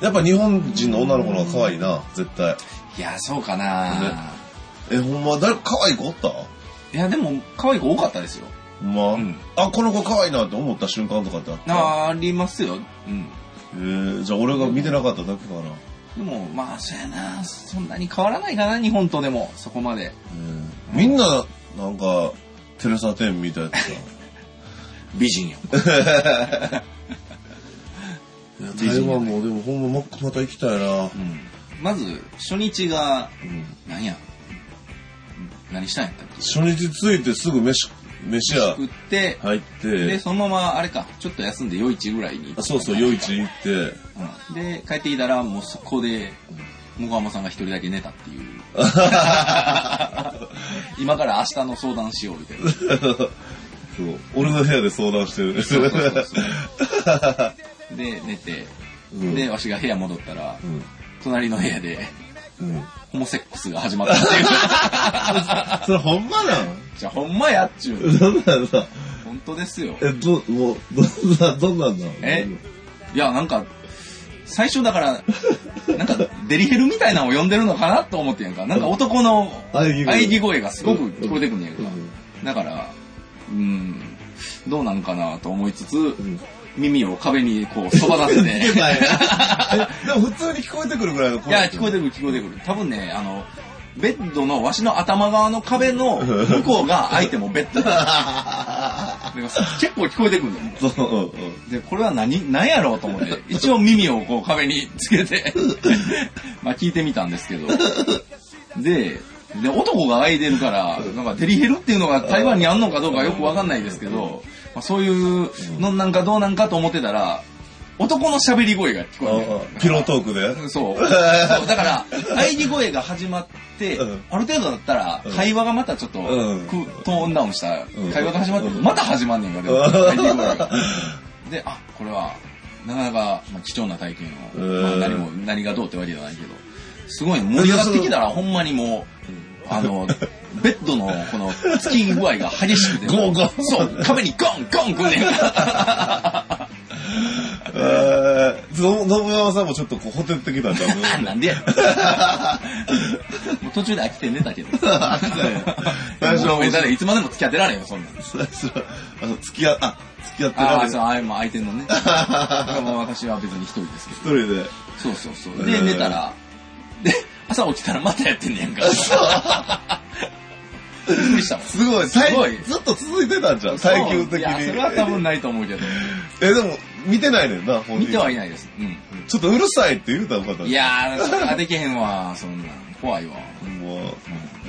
Speaker 1: やっぱ日本人の女の子の方が可愛いな、絶対。
Speaker 2: いや、そうかな、
Speaker 1: ねえ、ほんま、誰か可愛い子おった
Speaker 2: いや、でも、可愛い子多かったですよ。
Speaker 1: ほんま、
Speaker 2: うん
Speaker 1: あ、この子可愛いなって思った瞬間とかってあった
Speaker 2: ありますよ。うん。
Speaker 1: えー、じゃあ俺が見てなかっただけかな。
Speaker 2: でも、まあ、そうやな。そんなに変わらないかな、日本とでも。そこまで。
Speaker 1: えーみんな、なんか、テレサテンみたい でさ。
Speaker 2: 美人よ。
Speaker 1: いや台湾もでもほんままた行きたいな。
Speaker 2: うん。まず、初日が、
Speaker 1: うん
Speaker 2: なんや。何したんやったっけ
Speaker 1: 初日着いてすぐ飯、飯屋
Speaker 2: 食って、
Speaker 1: 入っ
Speaker 2: で、
Speaker 1: て、
Speaker 2: そのまま、あれか、ちょっと休んで夜市ぐらいに。
Speaker 1: あそうそう、夜市行って、
Speaker 2: うんで、帰ってきたら、もうそこで、もごはまさんが一人だけ寝たっ ていう。今から明日の相談しようみたいな。
Speaker 1: そう俺の部屋で相談してる。
Speaker 2: そうそうそうそう。で、寝て、
Speaker 1: うん
Speaker 2: で、わしが部屋戻ったら、
Speaker 1: ん
Speaker 2: 隣の部屋で、
Speaker 1: うん
Speaker 2: ホモセックスが始まったっていう。
Speaker 1: それほんまなん
Speaker 2: じゃあ、ほんまやっちゅうの。
Speaker 1: どんなんさ、
Speaker 2: ほんとですよ。
Speaker 1: え、ど、もう、どんな、どんなんだ
Speaker 2: えいや、なんか、最初だから、なんか、デリヘルみたいなのを呼んでるのかなと思ってんやんか。なんか男の
Speaker 1: 喘ぎ声
Speaker 2: 喘ぎ声がすごく聞こえてくんねやんか
Speaker 1: う んうん。
Speaker 2: だから、うん、どうなんかなと思いつつ、
Speaker 1: ん
Speaker 2: 耳を壁にこう、そば立て て。
Speaker 1: 聞けたんやえでも普通に聞こえてくるぐらいの
Speaker 2: い
Speaker 1: 声。
Speaker 2: や、聞こえてくる、聞こえてくる。多分ね、あの、ベッドの、わしの頭側の壁の向こうが相手もベッドだ。でも 結構聞こえてくるのよ。
Speaker 1: え そう、うんうん
Speaker 2: で、これは何、何やろうと思 って、一応耳をこう壁につけて、 まあ聞いてみたんですけど。で、で、男が開いてるから、なんかデリヘルっていうのが台湾にあんのかどうかよくわかんないですけど、まあ、そういうのなんかどうなんかと思ってたら、男の喋り声が聞こえてく
Speaker 1: あ。
Speaker 2: る
Speaker 1: あピロートークで。
Speaker 2: そう。そうだから、喘ぎ声が始まって、
Speaker 1: うん
Speaker 2: ある程度だったら、会話がまたちょっと、
Speaker 1: うん
Speaker 2: クトーンダウンした
Speaker 1: うん
Speaker 2: 会話が始まって、また始まんねんか、でも、
Speaker 1: うん
Speaker 2: 喘ぎ声が。で、あ、これは、なかなか、まあ、貴重な体験を、
Speaker 1: うん
Speaker 2: まあ、何も、何がどうってわけじゃないけど、すごい盛り上がってきたら、ほんまにもう、あの、ベッドのこの、突き具合が激しくて。
Speaker 1: ゴンゴン
Speaker 2: そう、壁にゴンゴン来んねん。
Speaker 1: えー、の信長さんもちょっとこう、ほてってきたん だ
Speaker 2: なんでやねんもう途中で飽きて寝たけど。
Speaker 1: 最初は
Speaker 2: もうお前誰いつまでも付き合ってられんよ、そんなん。
Speaker 1: 最初は、あの、付き合、あ、付き合ってら
Speaker 2: あ
Speaker 1: れ
Speaker 2: あ、そ
Speaker 1: る。
Speaker 2: う、ああ、もう相手の ね。まあ私は別に一人ですけど。
Speaker 1: 一人で。
Speaker 2: そうそうそうう。
Speaker 1: ん
Speaker 2: で、寝たら、で、朝起きたらまたやってんねやんか。びっくりしたもん。
Speaker 1: すごい、
Speaker 2: すごい
Speaker 1: 最ずっと続いてたんじゃん、耐久的
Speaker 2: いや、それは多
Speaker 1: に。
Speaker 2: 分ないと思うけど。
Speaker 1: え、でも、見てないねんな、本
Speaker 2: 見てはい
Speaker 1: い。
Speaker 2: ないです。う
Speaker 1: ちょっとうるさいって言うたのかと
Speaker 2: ん。いやー、それはできへんわ、そんなん。怖いわ。
Speaker 1: もう、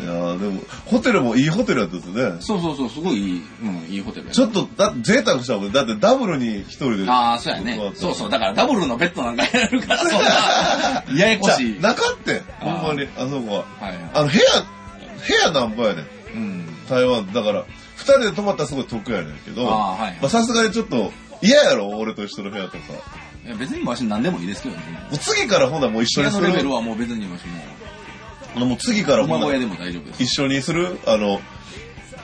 Speaker 1: いやーでも、ホテルもいいホテルやったんですね。
Speaker 2: そうそうそう、すごいいい、うん、いいホテルや
Speaker 1: ちょっと、だ贅沢したもんね。だってダブルに一人で。
Speaker 2: ああ、そうやね。そうそう。だからダブルのベッドなんかやるから、そんな、ややこ
Speaker 1: じゃあ
Speaker 2: しい。
Speaker 1: なかってん、ほ
Speaker 2: あー
Speaker 1: んまに、あそこは。
Speaker 2: はいはい。
Speaker 1: あの、部屋、部屋なんぼやねん。
Speaker 2: うん。
Speaker 1: 台湾、だから、二人で泊まったらすごい得やねんけど、
Speaker 2: あーはいはい
Speaker 1: まあさすがにちょっと、嫌やろ、俺と一緒の部屋とか。も
Speaker 2: いや別にわし何でもいいですけどね。
Speaker 1: う次からほんならもう一緒
Speaker 2: 部
Speaker 1: に
Speaker 2: 屋
Speaker 1: す
Speaker 2: の
Speaker 1: る
Speaker 2: レ。ベルはもう別にわしも
Speaker 1: もう次からほ
Speaker 2: う、馬
Speaker 1: んな
Speaker 2: 小
Speaker 1: ら
Speaker 2: 屋でも大丈夫です。
Speaker 1: 一緒にするあの、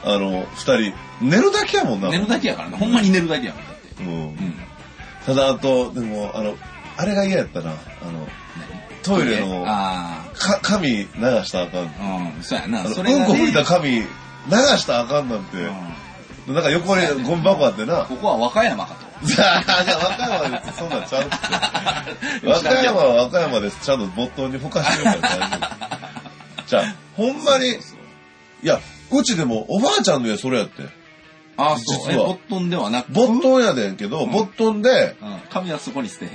Speaker 1: あの、二人、寝るだけやもんな。
Speaker 2: 寝るだけやからね。ほんまに寝るだけやから。だって
Speaker 1: うん
Speaker 2: うん。
Speaker 1: ただ、あと、でも、あの、あれが嫌やったな。あの、トイレの、
Speaker 2: あ
Speaker 1: か、紙流したらあかん。
Speaker 2: あ、うん、そうや
Speaker 1: あ
Speaker 2: な。
Speaker 1: の
Speaker 2: それ
Speaker 1: うん
Speaker 2: が
Speaker 1: こ吹いた
Speaker 2: ね。
Speaker 1: 紙流したらあかんなんて、なんか横にゴミ箱あってな。
Speaker 2: ここは和歌山か
Speaker 1: じゃあ、じゃあ和歌山です。そんなんちゃうって。
Speaker 2: と。
Speaker 1: 和歌山は和歌山です。ちゃんと没頭にほかしてるから大丈夫。じゃあ、ほんまに、いや、うちでもおばあちゃんの家それやって。
Speaker 2: ああ、そう。え、
Speaker 1: 実は
Speaker 2: ボットンではなく。
Speaker 1: 没頭やねんけど、
Speaker 2: ん
Speaker 1: 没頭で、
Speaker 2: うん。髪はそこに捨てへん。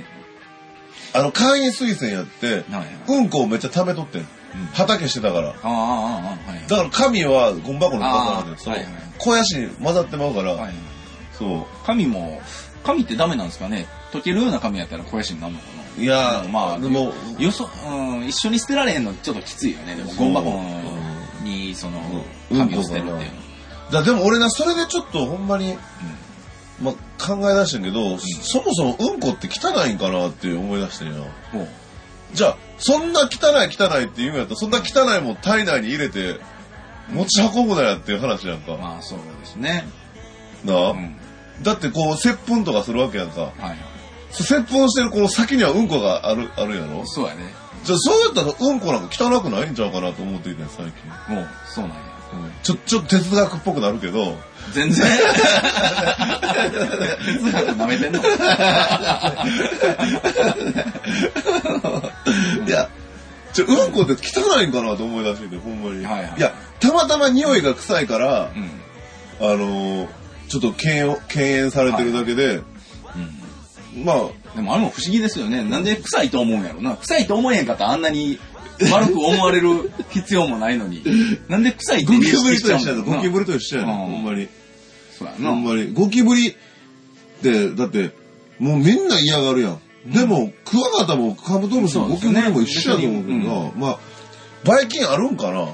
Speaker 1: あの、会員推薦やって、
Speaker 2: はいはい
Speaker 1: うんこをめっちゃ貯めとってん。畑してたから。
Speaker 2: ああ、ああ、ああ、はいはい。
Speaker 1: だから紙はゴミ箱の中なん
Speaker 2: あ
Speaker 1: で
Speaker 2: ー
Speaker 1: そう
Speaker 2: はいはい
Speaker 1: 肥やしに混ざってまうから、
Speaker 2: はいはい
Speaker 1: そ
Speaker 2: 紙も、紙ってダメなんですかね溶けるような紙やったら肥やしになるのか
Speaker 1: う。いやー、
Speaker 2: なまあ、
Speaker 1: でも、
Speaker 2: よそ、うん、一緒に捨てられへんのちょっときついよね。でも、ゴミ箱に、その、
Speaker 1: うん
Speaker 2: 紙を捨てるっていうの。
Speaker 1: だでも俺な、それでちょっとほんまに、まあ、考え出してんけど、そもそもうんこって汚いんかなって思い出してんよ。
Speaker 2: ほう
Speaker 1: じゃあ、そんな汚い汚いって言うんやったら、そんな汚いもん体内に入れて、持ち運ぶなやっていう話やんか。
Speaker 2: まあ、そうですね。
Speaker 1: なあ、
Speaker 2: うん。
Speaker 1: だってこう、接吻とかするわけやんか。
Speaker 2: はいはい。
Speaker 1: 接吻してるこの先にはうんこがある、あるやろ
Speaker 2: そうやね。
Speaker 1: じゃあそうやったらうんこなんか汚くないんちゃうかなと思っていてん最近。
Speaker 2: もう、そうなんや。
Speaker 1: ちょ、ちょっと哲学っぽくなるけど、
Speaker 2: 全然。哲学舐めてんの
Speaker 1: いや、ちょ、うんこって汚いんかなと思い出してて、ほんまに。
Speaker 2: はいはい
Speaker 1: や、たまたま匂いが臭いから、
Speaker 2: うん。
Speaker 1: あのーちょっと敬遠を、敬遠されてるだけで、
Speaker 2: うん。
Speaker 1: まあ、
Speaker 2: でもあれも不思議ですよね。なんで臭いと思うんやろな。臭いと思えへんかったらあんなに悪く思われる必要もないのに。なんで臭いって
Speaker 1: ゴ
Speaker 2: 認
Speaker 1: キブ
Speaker 2: 識
Speaker 1: リ
Speaker 2: し
Speaker 1: と
Speaker 2: ちゃう
Speaker 1: 一緒
Speaker 2: んだ
Speaker 1: や
Speaker 2: ろ
Speaker 1: ね。
Speaker 2: うん
Speaker 1: ゴキブリと一緒やねん、
Speaker 2: うん
Speaker 1: ほんまに。
Speaker 2: そうや
Speaker 1: ほん
Speaker 2: な。
Speaker 1: まに。ゴキブリって、だって、もうみんな嫌がるやん。でも、クワガタもカブトムシも
Speaker 2: そう
Speaker 1: ゴ
Speaker 2: です
Speaker 1: キ
Speaker 2: ね
Speaker 1: ブリも一緒やと思うけどな、まあ、バイキンあるんかな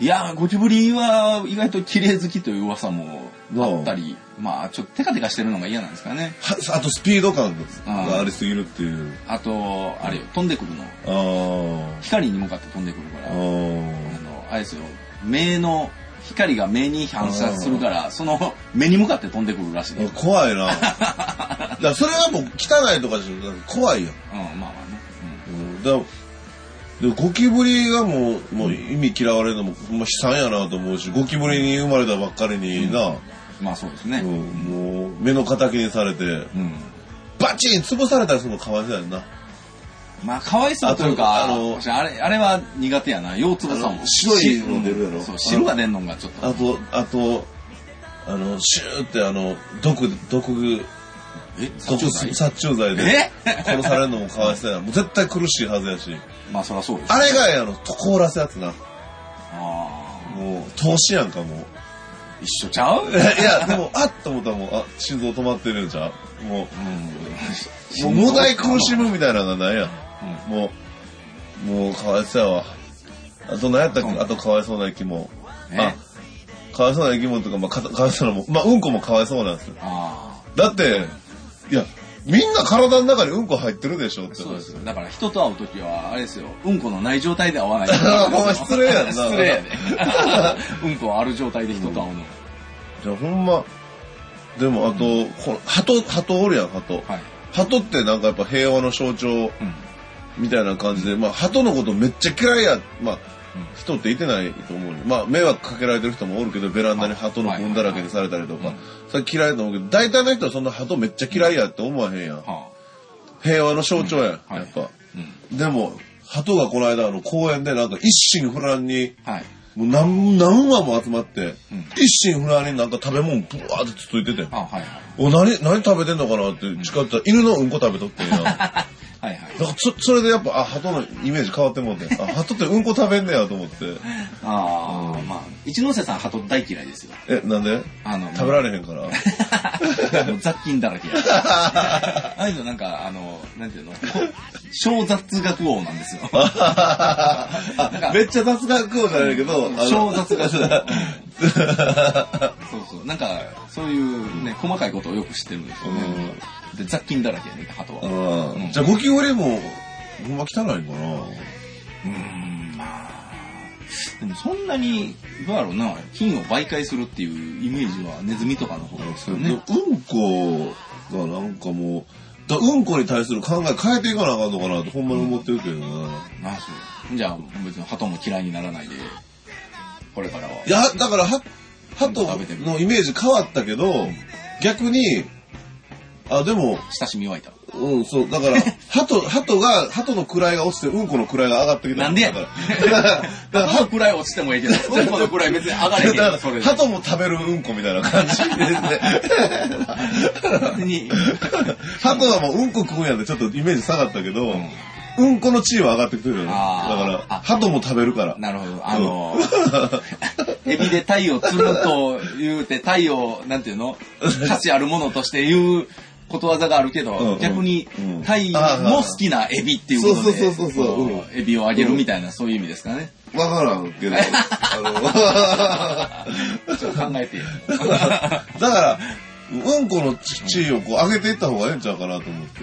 Speaker 1: い
Speaker 2: やー、ゴキブリは意外と綺麗好きという噂もあったり、まあちょっとテカテカしてるのが嫌なんですかね。
Speaker 1: はあとスピード感がありすぎるっていう。
Speaker 2: あと、あれよ、飛んでくるの。
Speaker 1: あー
Speaker 2: 光に向かって飛んでくるか
Speaker 1: あ
Speaker 2: ら。あ
Speaker 1: ー。
Speaker 2: の、あれですよ、目の、光が目に反射するから、その目に向かって飛んでくるらしいね。うん、
Speaker 1: 怖 いな。だからそれはもう汚いとかじゃなくて怖いやん。
Speaker 2: まあまあね。
Speaker 1: うんだでゴキブリがもうもう意味嫌われるのもほんま悲惨やなと思うしゴキブリに生まれたばっかりにな、
Speaker 2: うん、まあそうですね。
Speaker 1: うんもう目の敵にされて
Speaker 2: うん。
Speaker 1: バチン潰されたりするのかわいそうやんな
Speaker 2: まあ、かわいそうというか、
Speaker 1: あ
Speaker 2: あ
Speaker 1: とあの
Speaker 2: の、あれ、あれは苦手やな。ようつぶさ
Speaker 1: あ
Speaker 2: も。
Speaker 1: の白いの出るやろ
Speaker 2: うんそう、汁が出んのがちょっと。
Speaker 1: あとあとあのシューってあの毒毒
Speaker 2: え
Speaker 1: 毒殺虫剤で
Speaker 2: え
Speaker 1: 殺されるのもかわいそうやなもう絶対苦しいはずやし
Speaker 2: まあ、そりゃそうです。
Speaker 1: あれがあの凍らすやつな
Speaker 2: あー
Speaker 1: もう投資やんかもう
Speaker 2: 一緒ちゃううん。
Speaker 1: いやでもあっと思ったらもうあ心臓止まってるんじゃんもうもう
Speaker 2: も
Speaker 1: 無題苦しむみたいなのがないやん。もう、もうかわいそうやわ。あと何やったっけ、
Speaker 2: うん
Speaker 1: あとかわいそうな生き物。
Speaker 2: ね。
Speaker 1: あ、かわいそうな生き物とか、まあ、かかわいそうなもん、まあ、うんこもかわいそうなんですよ。
Speaker 2: あ
Speaker 1: だって、いや、みんな体の中にうんこ入ってるでしょって
Speaker 2: そうです
Speaker 1: よ。
Speaker 2: よ。だから人と会うときは、あれですよ、うんこのない状態で会わない。
Speaker 1: お前失礼やんな
Speaker 2: 失礼や で。うんこある状態で人と会うの。
Speaker 1: じゃあほんま、でもあと、この鳩、鳩おるやん、鳩。
Speaker 2: はい。
Speaker 1: 鳩ってなんかやっぱ平和の象徴
Speaker 2: うん。
Speaker 1: みたいな感じで、まあ鳩のことめっちゃ嫌いや、まあ、人っていてないと思うよまあ迷惑かけられてる人もおるけど、ベランダに鳩の糞だらけにされたりと
Speaker 2: は
Speaker 1: か
Speaker 2: いはい、
Speaker 1: それ嫌いだと思うけど、大体の人はそんな鳩めっちゃ嫌いやって思わへんやん。
Speaker 2: は
Speaker 1: 平和の象徴やん、
Speaker 2: うんはい
Speaker 1: やっぱ。
Speaker 2: あ。うん。
Speaker 1: でも、鳩がこの間あの公園でなんか一心不乱に、
Speaker 2: はい。
Speaker 1: もう何、何羽も集まって、
Speaker 2: うん
Speaker 1: 一心不乱になんか食べ物ブワーってつついてて、
Speaker 2: あ、はいはい。
Speaker 1: お、何、何食べてんのかなって近寄ったら犬のうんこ食べとってんや。なんか
Speaker 2: はいはい。
Speaker 1: そ、それでやっぱ、あ、鳩のイメージ変わってもうて、あ、鳩ってうんこ食べんねやと思って。
Speaker 2: ああ、まあ、一ノ瀬さん、鳩大嫌いですよ。
Speaker 1: え、なんで
Speaker 2: あの、
Speaker 1: 食べられへんから。
Speaker 2: もう雑菌だらけ や。ああいうのなんか、あの、なんていうの、こ小雑学王なんですよ。なんか
Speaker 1: めっちゃ雑学王じゃないけど、あの
Speaker 2: 小雑学王。 そうそう。なんか、そういうね、細かいことをよく知ってるんですよね。で、雑菌だらけやね、鳩は。
Speaker 1: うんじゃあゴキブリも、ほんま汚いんかな
Speaker 2: うん、まあ。でもそんなに、どうやろうな、菌を媒介するっていうイメージはネズミとかの方がですよね。
Speaker 1: うんこがなんかもう、だうんこに対する考え変えていかなあかんのかなってほんまに思ってるけどな。
Speaker 2: まあそう。じゃあ、別に鳩も嫌いにならないで、これからは。
Speaker 1: いや、だから、は、鳩
Speaker 2: 食べてみ
Speaker 1: のイメージ変わったけど、逆に、あ、でも、
Speaker 2: 親しみ湧いた。
Speaker 1: うん、そう、だ から、鳩、鳩が、鳩の位が落ちて、うんこの位が上がってきた。
Speaker 2: なんでや
Speaker 1: だ から、だから
Speaker 2: 鳩の位落ちてもいいけど、うんこの位別に上がれへん
Speaker 1: だ
Speaker 2: や
Speaker 1: か
Speaker 2: ん、そ れ
Speaker 1: ら
Speaker 2: で。
Speaker 1: 鳩も食べるうんこみたいな感じですね。
Speaker 2: 別に。
Speaker 1: 鳩はもううんこ食うんやでちょっとイメージ下がったけど、うん、この地位は上がってくるよね。だ
Speaker 2: あ
Speaker 1: か
Speaker 2: ー
Speaker 1: ら、
Speaker 2: あ
Speaker 1: 鳩も食べるから。
Speaker 2: なるほど。あの、エビで鯛を釣ると言うて、鯛を、なんていうの価値あるものとして言うことわざがあるけど、
Speaker 1: うんうん
Speaker 2: 逆に
Speaker 1: うん、
Speaker 2: 鯛も好きなエビっていうことで、
Speaker 1: そうそうそうそうそう
Speaker 2: こエビをあげるみたいな、そういう意味ですかね。
Speaker 1: わからん けど、あ
Speaker 2: ちょっと考えて。
Speaker 1: の、だから、うんこの地位をこう上げていった方がええんちゃうかなと思って。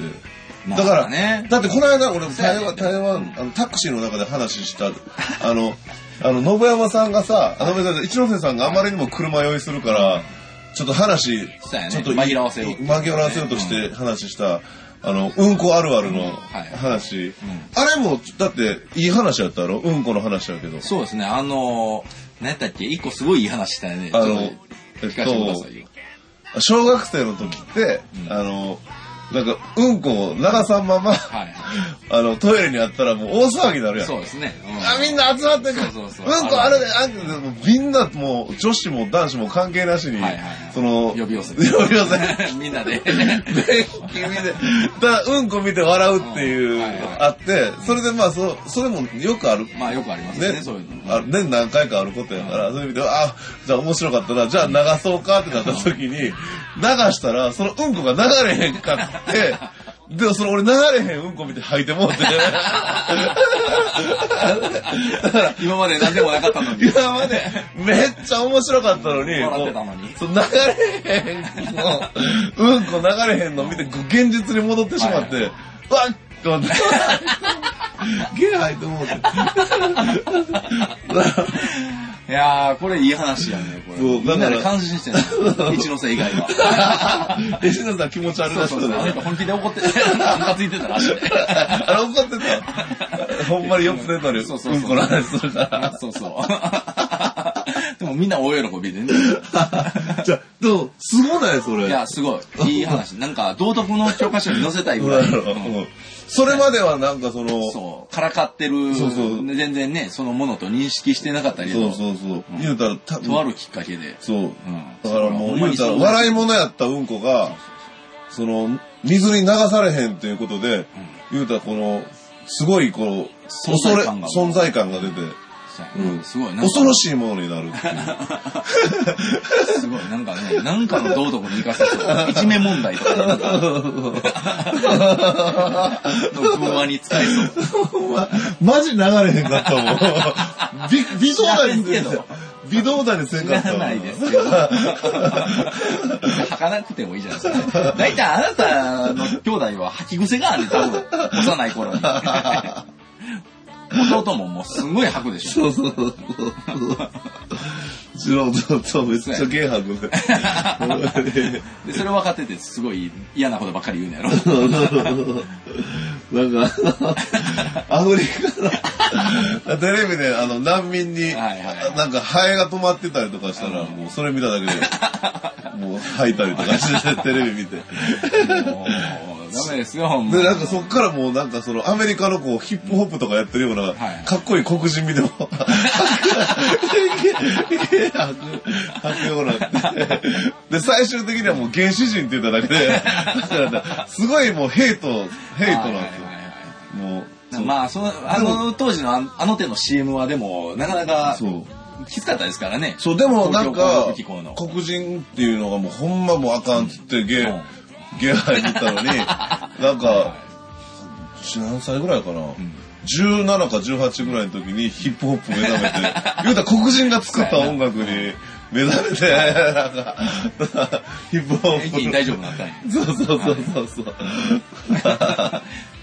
Speaker 1: だか
Speaker 2: ま
Speaker 1: ら、
Speaker 2: あね。
Speaker 1: だってこの間俺
Speaker 2: そうや
Speaker 1: 台
Speaker 2: ね
Speaker 1: 湾、台湾、あのタクシーの中で話した、 あの、あの、信山さんがさ、あの、信山さん一ノ瀬さんがあまりにも車酔いするから、ちょっと話、
Speaker 2: そうやね
Speaker 1: ちょっと
Speaker 2: 紛らわせようっていうね
Speaker 1: 紛らわせようとして話した、あの、うんこあるあるの
Speaker 2: はい
Speaker 1: 話。あれも、だって、いい話やったやろうんこの話やけど。
Speaker 2: そうですね。あの、何やったっけ一個すごいいい話したよね。
Speaker 1: あの
Speaker 2: ちょっと
Speaker 1: えっと
Speaker 2: 聞かせてくださいよ。
Speaker 1: 小学生の時って、
Speaker 2: うん
Speaker 1: あの、なんか、うんこを流さんま ま、
Speaker 2: はいは
Speaker 1: あの、トイレにあったらもう大騒ぎになる
Speaker 2: い。
Speaker 1: やん。
Speaker 2: そうですね。うん
Speaker 1: あ、みんな集まってくる。う
Speaker 2: そうそうそうん
Speaker 1: こあるで、あんでもうみんなもう女子も男子も関係なしに、
Speaker 2: はいはいはい
Speaker 1: その、
Speaker 2: 呼び寄せ
Speaker 1: 呼び寄せ。
Speaker 2: みんなで。
Speaker 1: 君で、だうんこ見て笑うっていう、
Speaker 2: うんはいはい
Speaker 1: あって、それでまあそ、それもよくある。
Speaker 2: まあよくありますね、
Speaker 1: ね、
Speaker 2: そういうの。
Speaker 1: あ年何回かあることやから、そういう意味では、あ、じゃあ面白かったな、じゃあ流そうかってなった時に、流したら、そのうんこが流れへんか って、でもその俺流れへんうんこ見て吐いてもうて、
Speaker 2: 今まで何でもなかったの に。
Speaker 1: 今までめっちゃ面白かったのに、
Speaker 2: 笑ってたのに
Speaker 1: もうそう流れへんの、うんこ流れへんの見て、こう現実に戻ってしまって、
Speaker 2: はいは
Speaker 1: うわっって思って、ゲー吐いてもうて。
Speaker 2: いやー、これいい話やね、これ。
Speaker 1: そう
Speaker 2: み
Speaker 1: だ
Speaker 2: ん
Speaker 1: から
Speaker 2: なで感心し てね。一ノ瀬以外は。
Speaker 1: え、しさん気持ち悪い
Speaker 2: そ
Speaker 1: な
Speaker 2: う
Speaker 1: 人
Speaker 2: そうそう。
Speaker 1: だ
Speaker 2: あ
Speaker 1: ね
Speaker 2: の人本気で怒って、なんかついてたらしい。
Speaker 1: あれ怒ってた。ほんまによく出たり、
Speaker 2: そうそうそ
Speaker 1: う
Speaker 2: う
Speaker 1: んこの話する から。
Speaker 2: そうそう。で もみんな大喜びでね。
Speaker 1: じゃあ、でも、すごないそれ。
Speaker 2: いや、すごい。いい話。なんか、道徳の教科書に載せたい
Speaker 1: どう
Speaker 2: ぐら
Speaker 1: や
Speaker 2: い。
Speaker 1: ろううんそれまではなんかその、そう
Speaker 2: そう。からかってる。
Speaker 1: そうそう
Speaker 2: 全然ね、そのものと認識してなかったり
Speaker 1: そう
Speaker 2: と
Speaker 1: そう、言うたら、た
Speaker 2: とあるきっかけで。
Speaker 1: そう。
Speaker 2: うん
Speaker 1: だからも
Speaker 2: ほ
Speaker 1: う、
Speaker 2: んま
Speaker 1: 言う
Speaker 2: に
Speaker 1: たら、
Speaker 2: そう
Speaker 1: 笑い物やったうんこが、その、水に流されへんっていうことで、言うたらこの、すごいこの、
Speaker 2: 存
Speaker 1: 恐
Speaker 2: 在
Speaker 1: れ、
Speaker 2: 感が
Speaker 1: 存在感が出て、
Speaker 2: そうや
Speaker 1: う
Speaker 2: ね
Speaker 1: ん
Speaker 2: すごい。なんか
Speaker 1: 恐ろしいものになるっていう。
Speaker 2: すごい、なんかね、なんかの道徳に生かせそう。いじめ問題 とかね、なんかの文話に使えそう。
Speaker 1: マジ流れへんかったも ん。び微動だにせん
Speaker 2: 知らんけど
Speaker 1: 微動だにせん
Speaker 2: 知
Speaker 1: かっ
Speaker 2: ら
Speaker 1: たわ
Speaker 2: ないですけど。書かなくてもいいじゃないですか。大体あなたの兄弟は吐き癖があるんで、多分。幼い頃に。弟ももうすごい吐くでし
Speaker 1: そ
Speaker 2: ょ。
Speaker 1: うそうそうそう。ジローとめっちゃゲーハ グ。
Speaker 2: でそれ分かってて、すごい嫌なことばっかり言うん やろ。
Speaker 1: なんか、アフリカの、テレビであの難民に、
Speaker 2: はいはい
Speaker 1: なんかハエが止まってたりとかしたら、もうそれ見ただけで、もう吐いたりとかして、テレビ見て。
Speaker 2: もうダメですよ、ほんま
Speaker 1: で、なんかそっからもうなんかそのアメリカのこうヒップホップとかやってるような、
Speaker 2: はい
Speaker 1: かっこいい黒人見ても、 吐く吐くようになって。で、最終的にはもう原始人って言っただけで、 だからすごいもうヘイト、ヘイトなんですよ
Speaker 2: はいはいはいはい。
Speaker 1: もう。
Speaker 2: まあ、その、あの当時のああの手の CM はでも、なかなか
Speaker 1: そう。
Speaker 2: きつかったですからね。
Speaker 1: そう、でもなんか
Speaker 2: 東京港区機構の、
Speaker 1: 黒人っていうのがもうほんまもうあかんっつってゲ
Speaker 2: うん
Speaker 1: ー、ゲーハイ見た のに、なんか、何歳ぐらいかな。17か18ぐらいの時にヒップホップ目覚めて、 言うたら黒人が作った音楽に目覚めて、なんか、ヒップホ
Speaker 2: 一気に
Speaker 1: ッ
Speaker 2: 大丈夫になったんや。
Speaker 1: プ。そうそうそうそうそ う。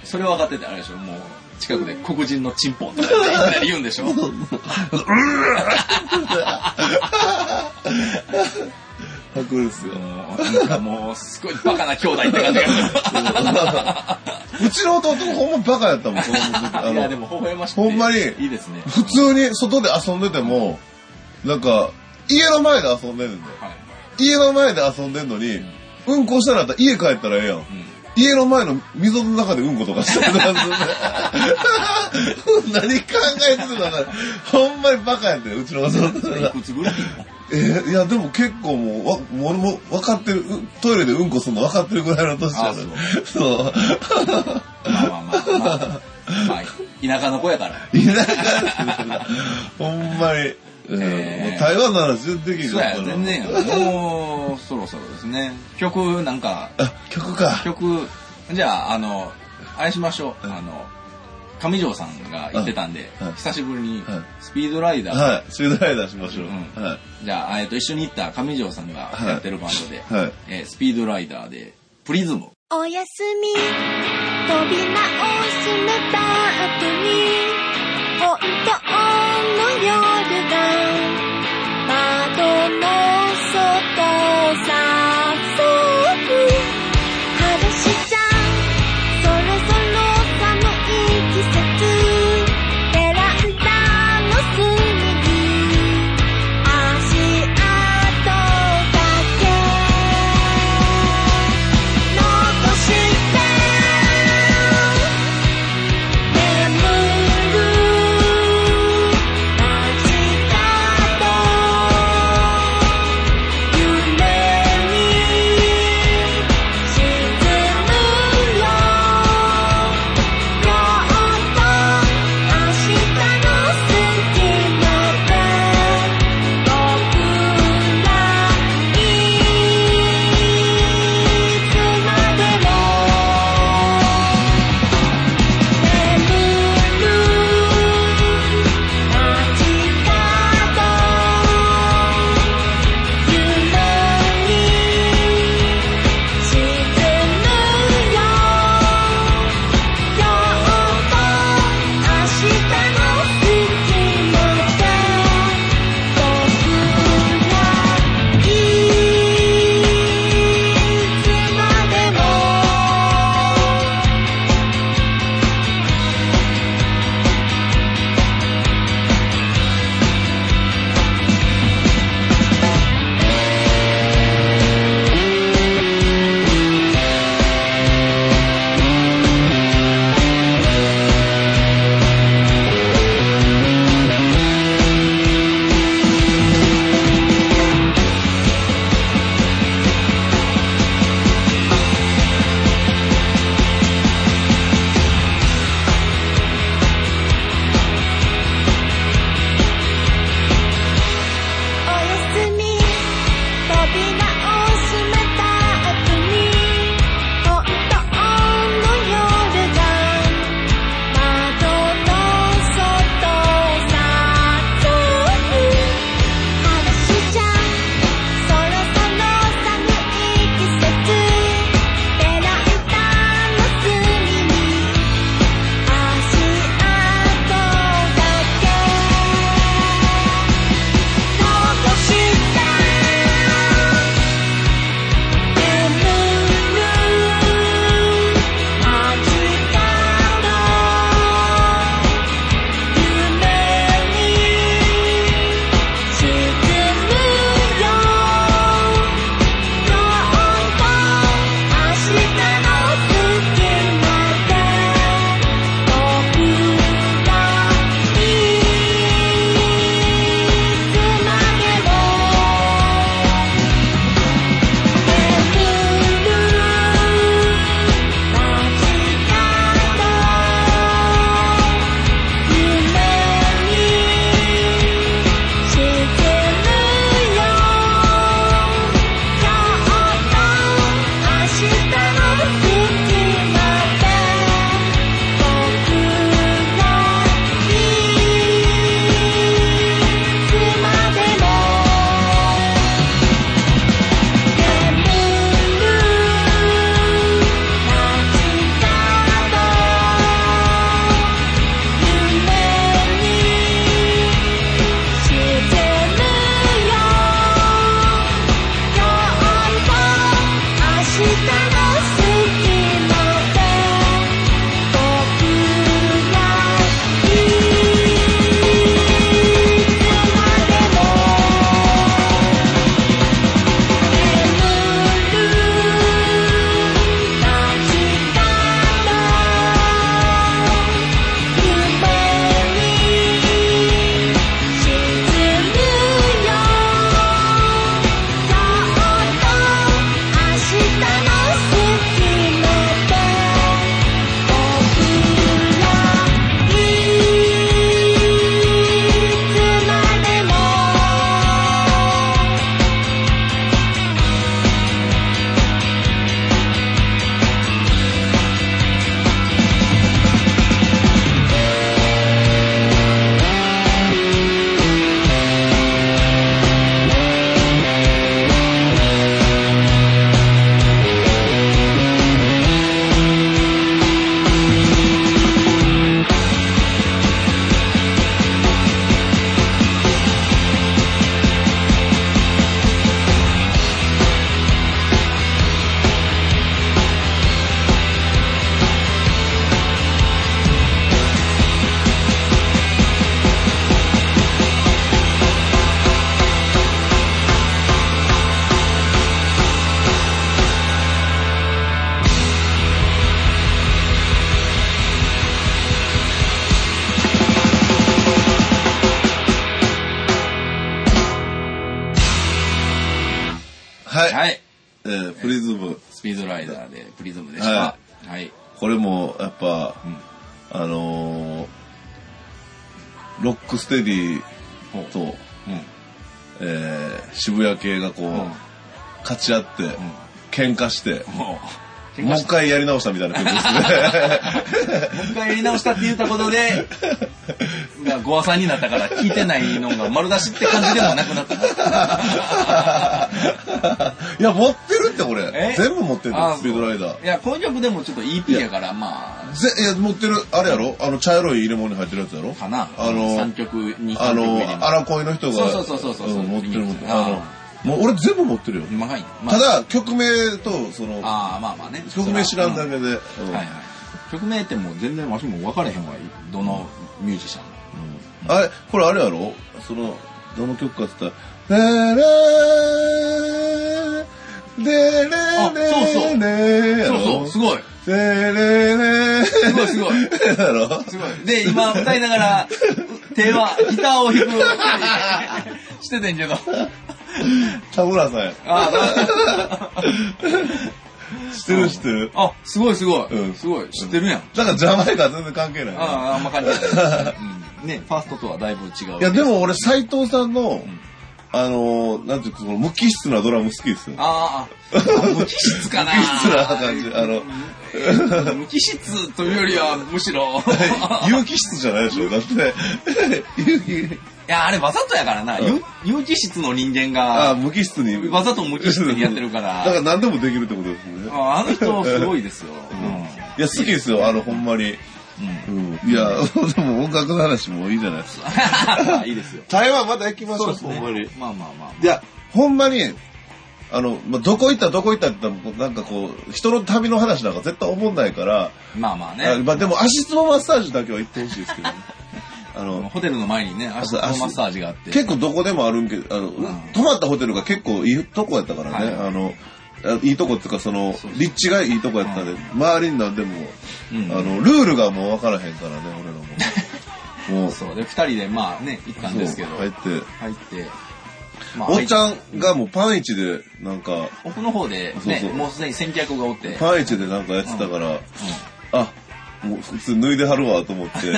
Speaker 2: それ分かっててあれでしょ、もう、近くで黒人のチンポンとかっていきなり言うんでしょ。
Speaker 1: パクるっ すよ。
Speaker 2: なんかもう、すごいバカな兄弟って感じが。
Speaker 1: うちの弟もほんまバカやったもん、子供の時あ
Speaker 2: いや、
Speaker 1: の
Speaker 2: でも、微笑ましくて。
Speaker 1: ほんまに
Speaker 2: いいですね。
Speaker 1: 普通に外で遊んでても、なんか、家の前で遊んでるんだよ。
Speaker 2: はい。
Speaker 1: 家の前で遊んでんのに、うんこしたらあんた家帰ったらええやん。
Speaker 2: うん
Speaker 1: 家の前の溝の中でうんことかしてるなんて 何考えてるのかほんまにバカやってうちの弟
Speaker 2: それいくつぐらいの
Speaker 1: えーいやでも結構もうわもう俺も分かってるうトイレでうんこするの分かってるぐらいの年じゃないそう
Speaker 2: まあまあまあ、まあ。まあ、田舎の子やから。
Speaker 1: 田舎ですねほんまに、うん
Speaker 2: えー
Speaker 1: もう台湾の話全然できん
Speaker 2: そ
Speaker 1: か
Speaker 2: う
Speaker 1: っ
Speaker 2: や、
Speaker 1: たな
Speaker 2: 全然や。もう、そろそろですね。曲、なんか、
Speaker 1: あ曲か
Speaker 2: 曲、じゃあ、あの、あれしましょう。あの、上条さんが言ってたんで
Speaker 1: はい、
Speaker 2: 久しぶりに
Speaker 1: はい、
Speaker 2: スピードライダー、
Speaker 1: はいシュードライダーしましょう、
Speaker 2: うん
Speaker 1: はい
Speaker 2: じゃあ、えっと、一緒に行った上条さんがやってるバンドで、
Speaker 1: はい
Speaker 2: えースピードライダーで、プリズム。
Speaker 4: おやすみ扉を閉めた後に本当の夜が窓の外をさそく春しちゃそろそろ寒い季節ベランダの隅に足跡だけ残して眠れない夜
Speaker 1: はい。
Speaker 2: はい。
Speaker 1: えープリズム。
Speaker 2: スピードライダーでプリズムでした。はい。
Speaker 1: これも、やっぱ、あのーロックステディと、
Speaker 2: うん。
Speaker 1: えー渋谷系がこう、
Speaker 2: うん
Speaker 1: 勝ち合って、喧嘩して、
Speaker 2: もう、
Speaker 1: もう
Speaker 2: も
Speaker 1: 一回やり直したみたいな曲ですね。
Speaker 2: う一回やり直したって言ったこ とで、がゴアさんになったから聞いてないのが丸出しって感じでもなくなった。
Speaker 1: いや、持ってるってこれ
Speaker 2: え。
Speaker 1: 全部持ってる
Speaker 2: あー
Speaker 1: スピードライダー。
Speaker 2: いや、この曲でもちょっと EP やから、まあ、
Speaker 1: ぜいや、持ってる、あれやろあの、茶色い入れ物に入ってるやつやろ
Speaker 2: かな。
Speaker 1: あの、
Speaker 2: 3曲、2曲
Speaker 1: あ
Speaker 2: 入れ
Speaker 1: の、
Speaker 2: ま
Speaker 1: 荒恋の人が、
Speaker 2: そうそうそうそうそうん
Speaker 1: 持ってる持ってる。あ
Speaker 2: あ
Speaker 1: の、もう俺全部持ってるよ
Speaker 2: す。。うまい。まあ
Speaker 1: た、だ、曲名と、その、
Speaker 2: ああ、まあまあね。
Speaker 1: 曲名知らんだ
Speaker 2: け
Speaker 1: けで、うん
Speaker 2: はいはい。曲名ってもう全然わしも分かれへんわ、どのミュージシャンも。
Speaker 1: あれ、これあれやろその、どの曲かって言ったら、ララー、レレレレや
Speaker 2: そ
Speaker 1: ろ
Speaker 2: うそう、すごい。
Speaker 1: レレレす
Speaker 2: ごいす ごい
Speaker 1: やろ
Speaker 2: すごい。で、今歌いながら、手は、ギターを弾 く、しててんけど。
Speaker 1: 田村さんや。
Speaker 2: あ
Speaker 1: 知ってる知ってる。
Speaker 2: あ、すごいすごい。
Speaker 1: うん
Speaker 2: すごい。知ってるやん。
Speaker 1: だからジャマイカ全然関係ない。
Speaker 2: ああ、あんま感 じない。うんね、ファーストとはだいぶ違う。
Speaker 1: いや、でも俺、斎藤さんの、あのー、なんていうか、その無機質なドラム好きですよ。
Speaker 2: あーあ、無機質かな。
Speaker 1: 無機質な感じあの
Speaker 2: の。無機質というよりは、むしろ。
Speaker 1: 有機質じゃないでしょだって、有機、
Speaker 2: いや、あれわざとやからな。有有機質の人 間
Speaker 1: ああ、
Speaker 2: が、
Speaker 1: 無機質に。
Speaker 2: わざと無機質にやってる か
Speaker 1: だから
Speaker 2: ら。
Speaker 1: 何でもできるってことですね。
Speaker 2: ああの人、すごいですよ。うん
Speaker 1: いや、好きですよ、あの、ほんまに。うん。いや、 でも音楽の話もいいじゃないですか。
Speaker 2: まあいいですよ。
Speaker 1: 台湾また行きましょう、
Speaker 2: そうですね
Speaker 1: ほんまに。
Speaker 2: まあまあまあ。
Speaker 1: いや、ほんまに、あの、まあ、どこ行ったどこ行ったって言ったら、なんかこう、人の旅の話なんか絶対思んないから、
Speaker 2: まあまあ
Speaker 1: あ
Speaker 2: ね。
Speaker 1: まあでも足つぼマッサージだけは行ってほしいですけど ね。あの、
Speaker 2: ホテルの前にね、足のマッサージがあって。
Speaker 1: 結構どこでもあるんけど、あの、泊まったホテルが結構いいとこやったからね、
Speaker 2: はい
Speaker 1: あの、あいいとこっていうか、その、立地がいいとこやったんで、周りになんでも、
Speaker 2: うん
Speaker 1: あの、ルールがもう分からへんからね、俺らも。 もう、
Speaker 2: そう。で、二人でまあね、行ったんですけど。
Speaker 1: そう
Speaker 2: 入
Speaker 1: 入
Speaker 2: っ
Speaker 1: って、
Speaker 2: て。まあ
Speaker 1: おっち
Speaker 2: 入っ
Speaker 1: ゃんがもうパンイチで、なんか、
Speaker 2: 奥の方で
Speaker 1: そうそ
Speaker 2: ね
Speaker 1: う、
Speaker 2: もうすでに先客がおって。
Speaker 1: パンイチでなんかやってたから、あ、もう普通脱いではるわと 思って、